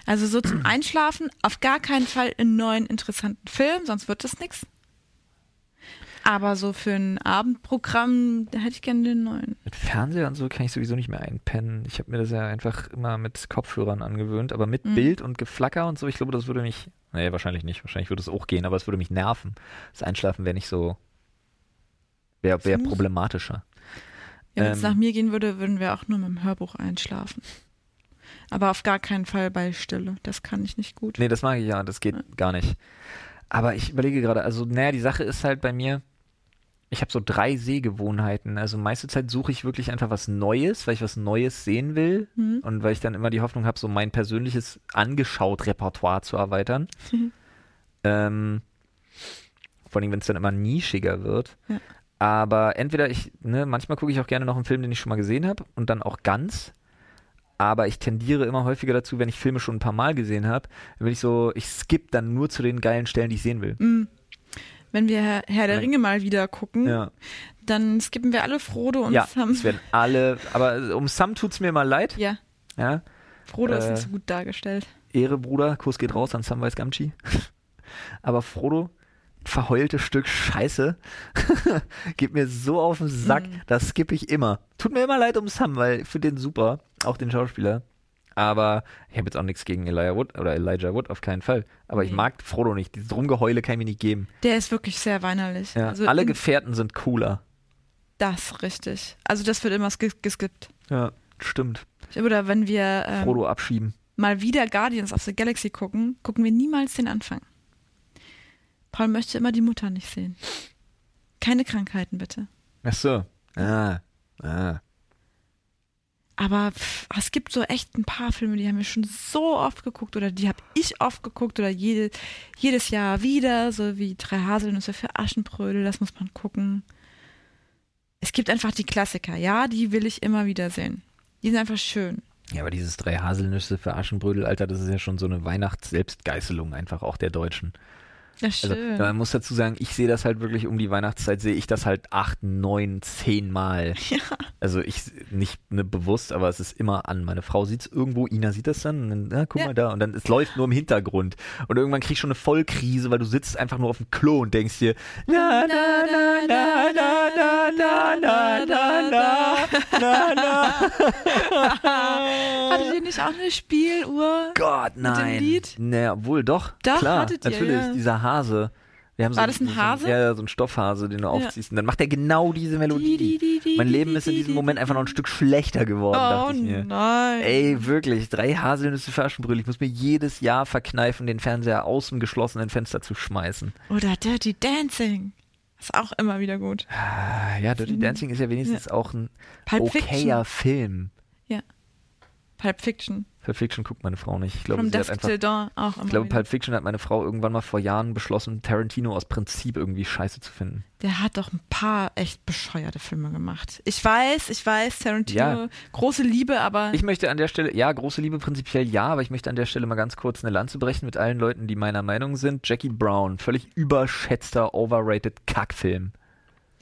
Speaker 3: Also so zum Einschlafen auf gar keinen Fall einen neuen interessanten Film, sonst wird das nichts. Aber so für ein Abendprogramm da hätte ich gerne den neuen.
Speaker 1: Mit Fernseher und so kann ich sowieso nicht mehr einpennen. Ich habe mir das ja einfach immer mit Kopfhörern angewöhnt, aber mit Bild und Geflacker und so, ich glaube, das würde mich. Nee, wahrscheinlich nicht. Wahrscheinlich würde es auch gehen, aber es würde mich nerven. Das Einschlafen wäre nicht so. wäre wär
Speaker 3: Es muss-
Speaker 1: problematischer.
Speaker 3: Ja, wenn es
Speaker 1: Ähm.
Speaker 3: nach mir gehen würde, würden wir auch nur mit dem Hörbuch einschlafen. Aber auf gar keinen Fall bei Stille. Das kann ich nicht gut.
Speaker 1: Nee, das mag ich ja, das geht gar nicht. Aber ich überlege gerade, also, naja, die Sache ist halt bei mir, ich habe so drei Sehgewohnheiten. Also meiste Zeit suche ich wirklich einfach was Neues, weil ich was Neues sehen will und weil ich dann immer die Hoffnung habe, so mein persönliches angeschaut Repertoire zu erweitern. ähm, vor allem, wenn es dann immer nischiger wird.
Speaker 3: Ja.
Speaker 1: Aber entweder ich, ne, manchmal gucke ich auch gerne noch einen Film, den ich schon mal gesehen habe und dann auch ganz. Aber ich tendiere immer häufiger dazu, wenn ich Filme schon ein paar Mal gesehen habe, dann bin ich so, ich skip dann nur zu den geilen Stellen, die ich sehen will.
Speaker 3: *laughs* Mhm. Wenn wir Herr, Herr der
Speaker 1: Nein.
Speaker 3: Ringe mal wieder gucken,
Speaker 1: Ja.
Speaker 3: dann skippen wir alle Frodo und
Speaker 1: ja,
Speaker 3: Sam.
Speaker 1: es werden alle, aber um Sam tut's mir mal leid.
Speaker 3: *laughs* Ja,
Speaker 1: Ja.
Speaker 3: Frodo ist
Speaker 1: Äh.
Speaker 3: nicht so gut dargestellt.
Speaker 1: Ehre, Bruder, Kuss geht raus an Samwise Gamgee. *laughs* Aber Frodo, verheulte Stück Scheiße, *laughs* geht mir so auf den Sack,
Speaker 3: Mhm.
Speaker 1: das skippe ich immer. Tut mir immer leid um Sam, weil ich finde den super, auch den Schauspieler. Aber ich habe jetzt auch nichts gegen Elijah Wood oder Elijah Wood, auf keinen Fall. Aber ich
Speaker 3: Nee.
Speaker 1: mag Frodo nicht. Dieses Rumgeheule kann ich mir nicht geben.
Speaker 3: Der ist wirklich sehr weinerlich.
Speaker 1: Ja.
Speaker 3: Also
Speaker 1: Alle
Speaker 3: in-
Speaker 1: Gefährten sind cooler.
Speaker 3: das richtig. Also das wird immer ski- geskippt.
Speaker 1: Ja, stimmt.
Speaker 3: Oder wenn wir ähm,
Speaker 1: Frodo abschieben.
Speaker 3: mal wieder Guardians of the Galaxy gucken, gucken wir niemals den Anfang. Paul möchte immer die Mutter nicht sehen. Keine Krankheiten bitte.
Speaker 1: Ach so. Ah. Ah.
Speaker 3: Aber pff, es gibt so echt ein paar Filme, die haben wir schon so oft geguckt oder die habe ich oft geguckt oder jede, jedes Jahr wieder, so wie Drei Haselnüsse für Aschenbrödel, das muss man gucken. Es gibt einfach die Klassiker, ja, die will ich immer wieder sehen. Die sind einfach schön.
Speaker 1: Ja, aber dieses drei Haselnüsse für Aschenbrödel, Alter, das ist ja schon so eine Weihnachts-Selbstgeißelung einfach auch der Deutschen.
Speaker 3: Ja,
Speaker 1: Also
Speaker 3: schön.
Speaker 1: man muss dazu sagen, ich sehe das halt wirklich um die Weihnachtszeit, sehe ich das halt acht, neun, zehn Mal.
Speaker 3: ja.
Speaker 1: Also ich nicht ne, bewusst, aber es ist immer an. Meine Frau sieht es irgendwo, Ina sieht das dann, und dann na, guck
Speaker 3: Ja.
Speaker 1: mal da. Und dann es läuft nur im Hintergrund. Und irgendwann kriegst du schon eine Vollkrise, weil du sitzt einfach nur auf dem Klo und denkst dir, na, na, na, na, na, na, na, na, na, na, na, na.
Speaker 3: Hattet ihr nicht auch eine Spieluhr?
Speaker 1: Gott, nein.
Speaker 3: Lied?
Speaker 1: Naja, obwohl, doch.
Speaker 3: Doch,
Speaker 1: klar,
Speaker 3: hattet ihr,
Speaker 1: natürlich,
Speaker 3: ja.
Speaker 1: dieser Hase. Wir haben
Speaker 3: War
Speaker 1: so
Speaker 3: das ein
Speaker 1: so
Speaker 3: Hase?
Speaker 1: Ja, ja, so ein Stoffhase, den du aufziehst. Und dann macht er genau diese Melodie.
Speaker 3: Di, di, di,
Speaker 1: mein
Speaker 3: di,
Speaker 1: Leben
Speaker 3: di,
Speaker 1: ist in
Speaker 3: di,
Speaker 1: diesem
Speaker 3: di,
Speaker 1: Moment
Speaker 3: di,
Speaker 1: einfach noch ein Stück schlechter geworden,
Speaker 3: Oh
Speaker 1: dachte ich mir.
Speaker 3: nein.
Speaker 1: Ey, wirklich, drei Haselnüsse für Aschenbrödel. Ich muss mir jedes Jahr verkneifen, den Fernseher aus dem geschlossenen Fenster zu schmeißen.
Speaker 3: Oder Dirty Dancing. Ist auch immer wieder gut.
Speaker 1: Ah, Ja, Dirty Dancing ist ja wenigstens auch ein
Speaker 3: Mhm. Pulp
Speaker 1: okayer Film.
Speaker 3: Pulp Fiction.
Speaker 1: Pulp Fiction guckt meine Frau nicht. Ich glaube,
Speaker 3: From
Speaker 1: sie hat
Speaker 3: Dusk
Speaker 1: einfach
Speaker 3: Till Dawn auch immer
Speaker 1: Ich glaube,
Speaker 3: wieder.
Speaker 1: Pulp Fiction hat meine Frau irgendwann mal vor Jahren beschlossen, Tarantino aus Prinzip irgendwie scheiße zu finden.
Speaker 3: Der hat doch ein paar echt bescheuerte Filme gemacht. Ich weiß, ich weiß, Tarantino,
Speaker 1: Ja.
Speaker 3: große Liebe, aber
Speaker 1: Ich möchte an der Stelle, ja, große Liebe prinzipiell ja, aber ich möchte an der Stelle mal ganz kurz eine Lanze brechen mit allen Leuten, die meiner Meinung sind. Jackie Brown, völlig überschätzter, overrated Kackfilm.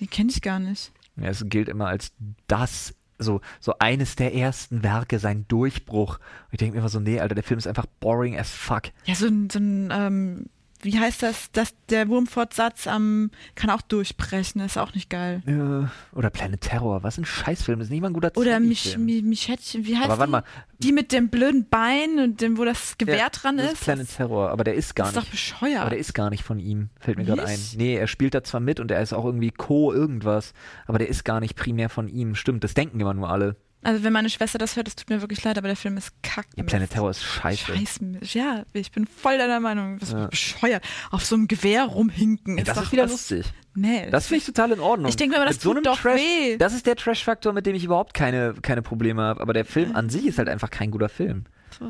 Speaker 3: den kenne ich gar nicht.
Speaker 1: Ja, es gilt immer als das, so, so eines der ersten Werke, sein Durchbruch. Und ich denke mir immer so, nee, Alter, der Film ist einfach boring as fuck.
Speaker 3: Ja, so ein, so ein ähm, wie heißt das, das der Wurmfortsatz am kann auch durchbrechen, ist auch nicht geil.
Speaker 1: Ja, Äh, Oder Planet Terror, was ein Scheißfilm, das ist nicht mal ein guter
Speaker 3: Oder Mich,
Speaker 1: Zombiefilm.
Speaker 3: Mi- Michettchen, wie heißt
Speaker 1: Aber warte
Speaker 3: die?
Speaker 1: mal.
Speaker 3: Die mit dem blöden Bein und dem, wo das Gewehr
Speaker 1: Ja,
Speaker 3: dran
Speaker 1: das
Speaker 3: ist.
Speaker 1: ist Planet Terror, aber der ist gar
Speaker 3: das ist doch
Speaker 1: nicht.
Speaker 3: bescheuert.
Speaker 1: Aber der ist gar nicht von ihm, fällt mir gerade ein.
Speaker 3: Nicht?
Speaker 1: Nee, er spielt da zwar mit und er ist auch irgendwie Co. irgendwas, aber der ist gar nicht primär von ihm. Stimmt, das denken immer nur alle.
Speaker 3: Also wenn meine Schwester das hört, das tut mir wirklich leid, aber der Film ist kack.
Speaker 1: Ja, Planet Terror ist scheiße.
Speaker 3: Scheiße. Ja, ich bin voll deiner Meinung. Was bescheuert. Auf so einem Gewehr rumhinken.
Speaker 1: Ey,
Speaker 3: ist
Speaker 1: das
Speaker 3: doch
Speaker 1: ist wieder
Speaker 3: was-
Speaker 1: lustig.
Speaker 3: Nee.
Speaker 1: Das finde ich total in Ordnung.
Speaker 3: Ich denk mir aber, das
Speaker 1: Mit so
Speaker 3: tut
Speaker 1: einem
Speaker 3: doch
Speaker 1: Trash,
Speaker 3: weh.
Speaker 1: Das ist der Trash-Faktor, mit dem ich überhaupt keine, keine Probleme habe. Aber der Film an sich ist halt einfach kein guter Film.
Speaker 3: so.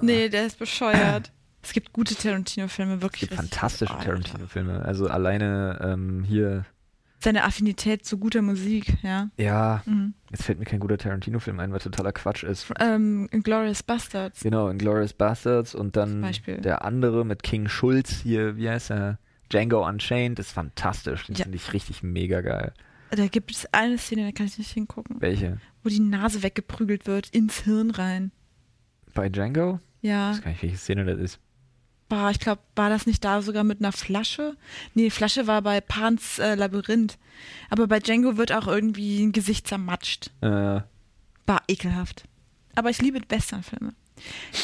Speaker 3: Nee, der
Speaker 1: *clears throat*
Speaker 3: ist bescheuert. Es gibt gute Tarantino-Filme, wirklich.
Speaker 1: Es gibt
Speaker 3: richtig-
Speaker 1: fantastische
Speaker 3: Alter.
Speaker 1: Tarantino-Filme. Also alleine ähm, hier,
Speaker 3: Seine Affinität zu guter Musik, ja.
Speaker 1: ja,
Speaker 3: Mhm.
Speaker 1: jetzt fällt mir kein guter Tarantino-Film ein, weil totaler Quatsch ist.
Speaker 3: Ähm, Glorious Bastards.
Speaker 1: Genau, Inglourious Bastards und dann
Speaker 3: Zum Beispiel.
Speaker 1: der andere mit King Schulz hier, wie heißt er? Django Unchained ist fantastisch. Den
Speaker 3: Ja.
Speaker 1: finde ich richtig mega geil.
Speaker 3: Da gibt es eine Szene, da kann ich nicht hingucken,
Speaker 1: Welche?
Speaker 3: wo die Nase weggeprügelt wird, ins Hirn rein.
Speaker 1: Bei Django? Ich
Speaker 3: Ja.
Speaker 1: weiß gar nicht, welche Szene das ist.
Speaker 3: Bah, ich glaube, war das nicht da sogar mit einer Flasche? Nee, Flasche war bei Pans äh, Labyrinth. Aber bei Django wird auch irgendwie ein Gesicht zermatscht.
Speaker 1: Äh,
Speaker 3: War ekelhaft. Aber ich liebe Westernfilme.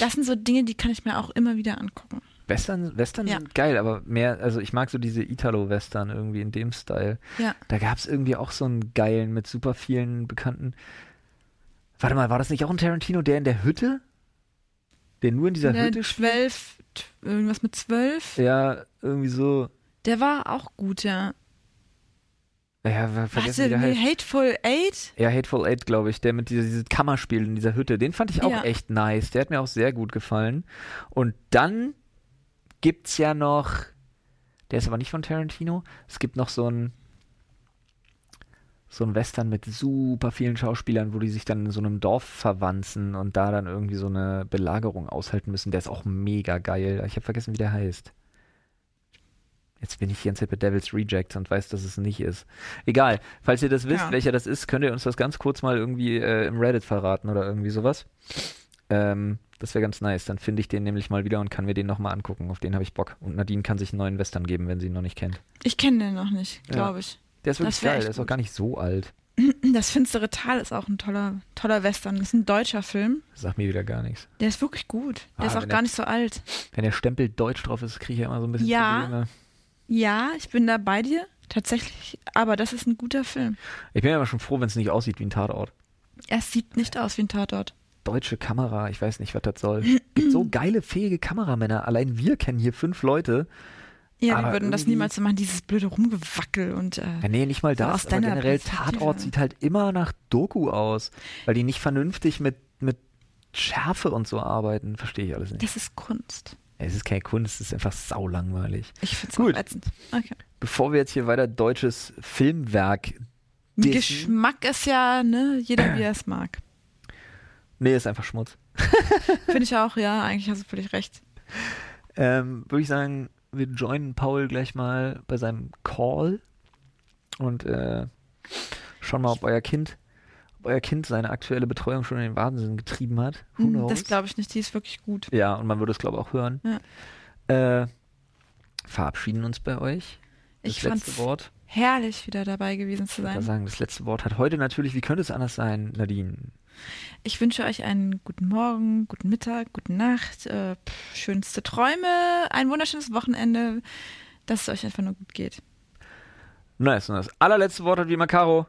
Speaker 3: Das sind so Dinge, die kann ich mir auch immer wieder angucken.
Speaker 1: Western, Western
Speaker 3: Ja.
Speaker 1: sind geil, aber mehr, also ich mag so diese Italo-Western irgendwie in dem Style.
Speaker 3: Ja.
Speaker 1: Da gab es irgendwie auch so einen geilen mit super vielen Bekannten. Warte mal, war das nicht auch ein Tarantino, der in der Hütte? Der nur in dieser
Speaker 3: Der
Speaker 1: Hütte spielt?
Speaker 3: zwölf, t- irgendwas mit zwölf.
Speaker 1: Ja, irgendwie so.
Speaker 3: Der war auch gut, ja.
Speaker 1: Naja, vergessen, wie
Speaker 3: Warte,
Speaker 1: der
Speaker 3: nee,
Speaker 1: heißt.
Speaker 3: Hateful Eight?
Speaker 1: Ja, Hateful Eight, glaube ich, der mit dieser, dieses Kammerspiel in dieser Hütte, den fand ich auch
Speaker 3: Ja.
Speaker 1: echt nice. Der hat mir auch sehr gut gefallen. Und dann gibt's ja noch, der ist aber nicht von Tarantino, es gibt noch so ein so ein Western mit super vielen Schauspielern, wo die sich dann in so einem Dorf verwanzen und da dann irgendwie so eine Belagerung aushalten müssen. Der ist auch mega geil. Ich habe vergessen, wie der heißt. Jetzt bin ich die ganze Zeit bei Devil's Rejects und weiß, dass es nicht ist. Egal, falls ihr das wisst,
Speaker 3: Ja.
Speaker 1: welcher das ist, könnt ihr uns das ganz kurz mal irgendwie äh, im Reddit verraten oder irgendwie sowas. Ähm, das wäre ganz nice. Dann finde ich den nämlich mal wieder und kann mir den nochmal angucken. Auf den habe ich Bock. Und Nadine kann sich einen neuen Western geben, wenn sie ihn noch nicht kennt.
Speaker 3: Ich kenne den noch nicht,
Speaker 1: Ja.
Speaker 3: glaube ich.
Speaker 1: Der ist wirklich
Speaker 3: Das wär
Speaker 1: geil.
Speaker 3: echt
Speaker 1: Der ist auch
Speaker 3: gut.
Speaker 1: gar nicht so alt.
Speaker 3: Das finstere Tal ist auch ein toller, toller Western. Das ist ein deutscher Film.
Speaker 1: Sagt mir wieder gar nichts.
Speaker 3: Der ist wirklich gut. Der
Speaker 1: Ah,
Speaker 3: ist
Speaker 1: wenn
Speaker 3: auch
Speaker 1: der-
Speaker 3: gar nicht so alt.
Speaker 1: Wenn der Stempel deutsch drauf ist, kriege ich ja immer so ein bisschen
Speaker 3: Ja.
Speaker 1: Probleme.
Speaker 3: Ja, ich bin da bei dir, tatsächlich. Aber das ist ein guter Film.
Speaker 1: Ich bin ja immer schon froh, wenn es nicht aussieht wie ein Tatort.
Speaker 3: Er sieht nicht aus wie ein Tatort.
Speaker 1: Deutsche Kamera, ich weiß nicht, was das soll. Gibt so geile, fähige Kameramänner. Allein wir kennen hier fünf Leute.
Speaker 3: Ja, die
Speaker 1: Aber
Speaker 3: würden das
Speaker 1: irgendwie-
Speaker 3: niemals so machen, dieses blöde Rumgewackel und äh,
Speaker 1: Ja, nee, nicht mal
Speaker 3: So
Speaker 1: das.
Speaker 3: aus
Speaker 1: Aber
Speaker 3: deiner
Speaker 1: generell
Speaker 3: Perspektive.
Speaker 1: Tatort sieht halt immer nach Doku aus, weil die nicht vernünftig mit, mit Schärfe und so arbeiten. Verstehe ich alles nicht.
Speaker 3: das ist Kunst.
Speaker 1: Es ist keine Kunst, es ist einfach saulangweilig.
Speaker 3: Ich find's
Speaker 1: Gut.
Speaker 3: auch ätzend. Okay.
Speaker 1: Bevor wir jetzt hier weiter deutsches Filmwerk. Disney-
Speaker 3: Geschmack ist ja, ne, jeder wie er
Speaker 1: *clears throat*
Speaker 3: es mag.
Speaker 1: Nee, ist einfach Schmutz.
Speaker 3: Finde ich auch, ja, eigentlich hast du völlig recht.
Speaker 1: Ähm, Würde ich sagen, wir joinen Paul gleich mal bei seinem Call und äh, schauen mal, ob euer Kind, ob euer Kind seine aktuelle Betreuung schon in den Wahnsinn getrieben hat. Who
Speaker 3: Hm,
Speaker 1: knows?
Speaker 3: Das glaube ich nicht, die ist wirklich gut.
Speaker 1: Ja, und man würde es, glaube ich, auch hören. Äh, verabschieden uns bei euch. Das
Speaker 3: Ich
Speaker 1: letzte
Speaker 3: fand's
Speaker 1: Wort.
Speaker 3: herrlich, wieder dabei gewesen zu
Speaker 1: Ich würde
Speaker 3: sein.
Speaker 1: sagen, das letzte Wort hat heute natürlich, wie könnte es anders sein, Nadine?
Speaker 3: Ich wünsche euch einen guten Morgen, guten Mittag, gute Nacht, äh, pff, schönste Träume, ein wunderschönes Wochenende, dass es euch einfach nur gut geht.
Speaker 1: Nice, nice. Allerletzte Wort hat wie immer Caro.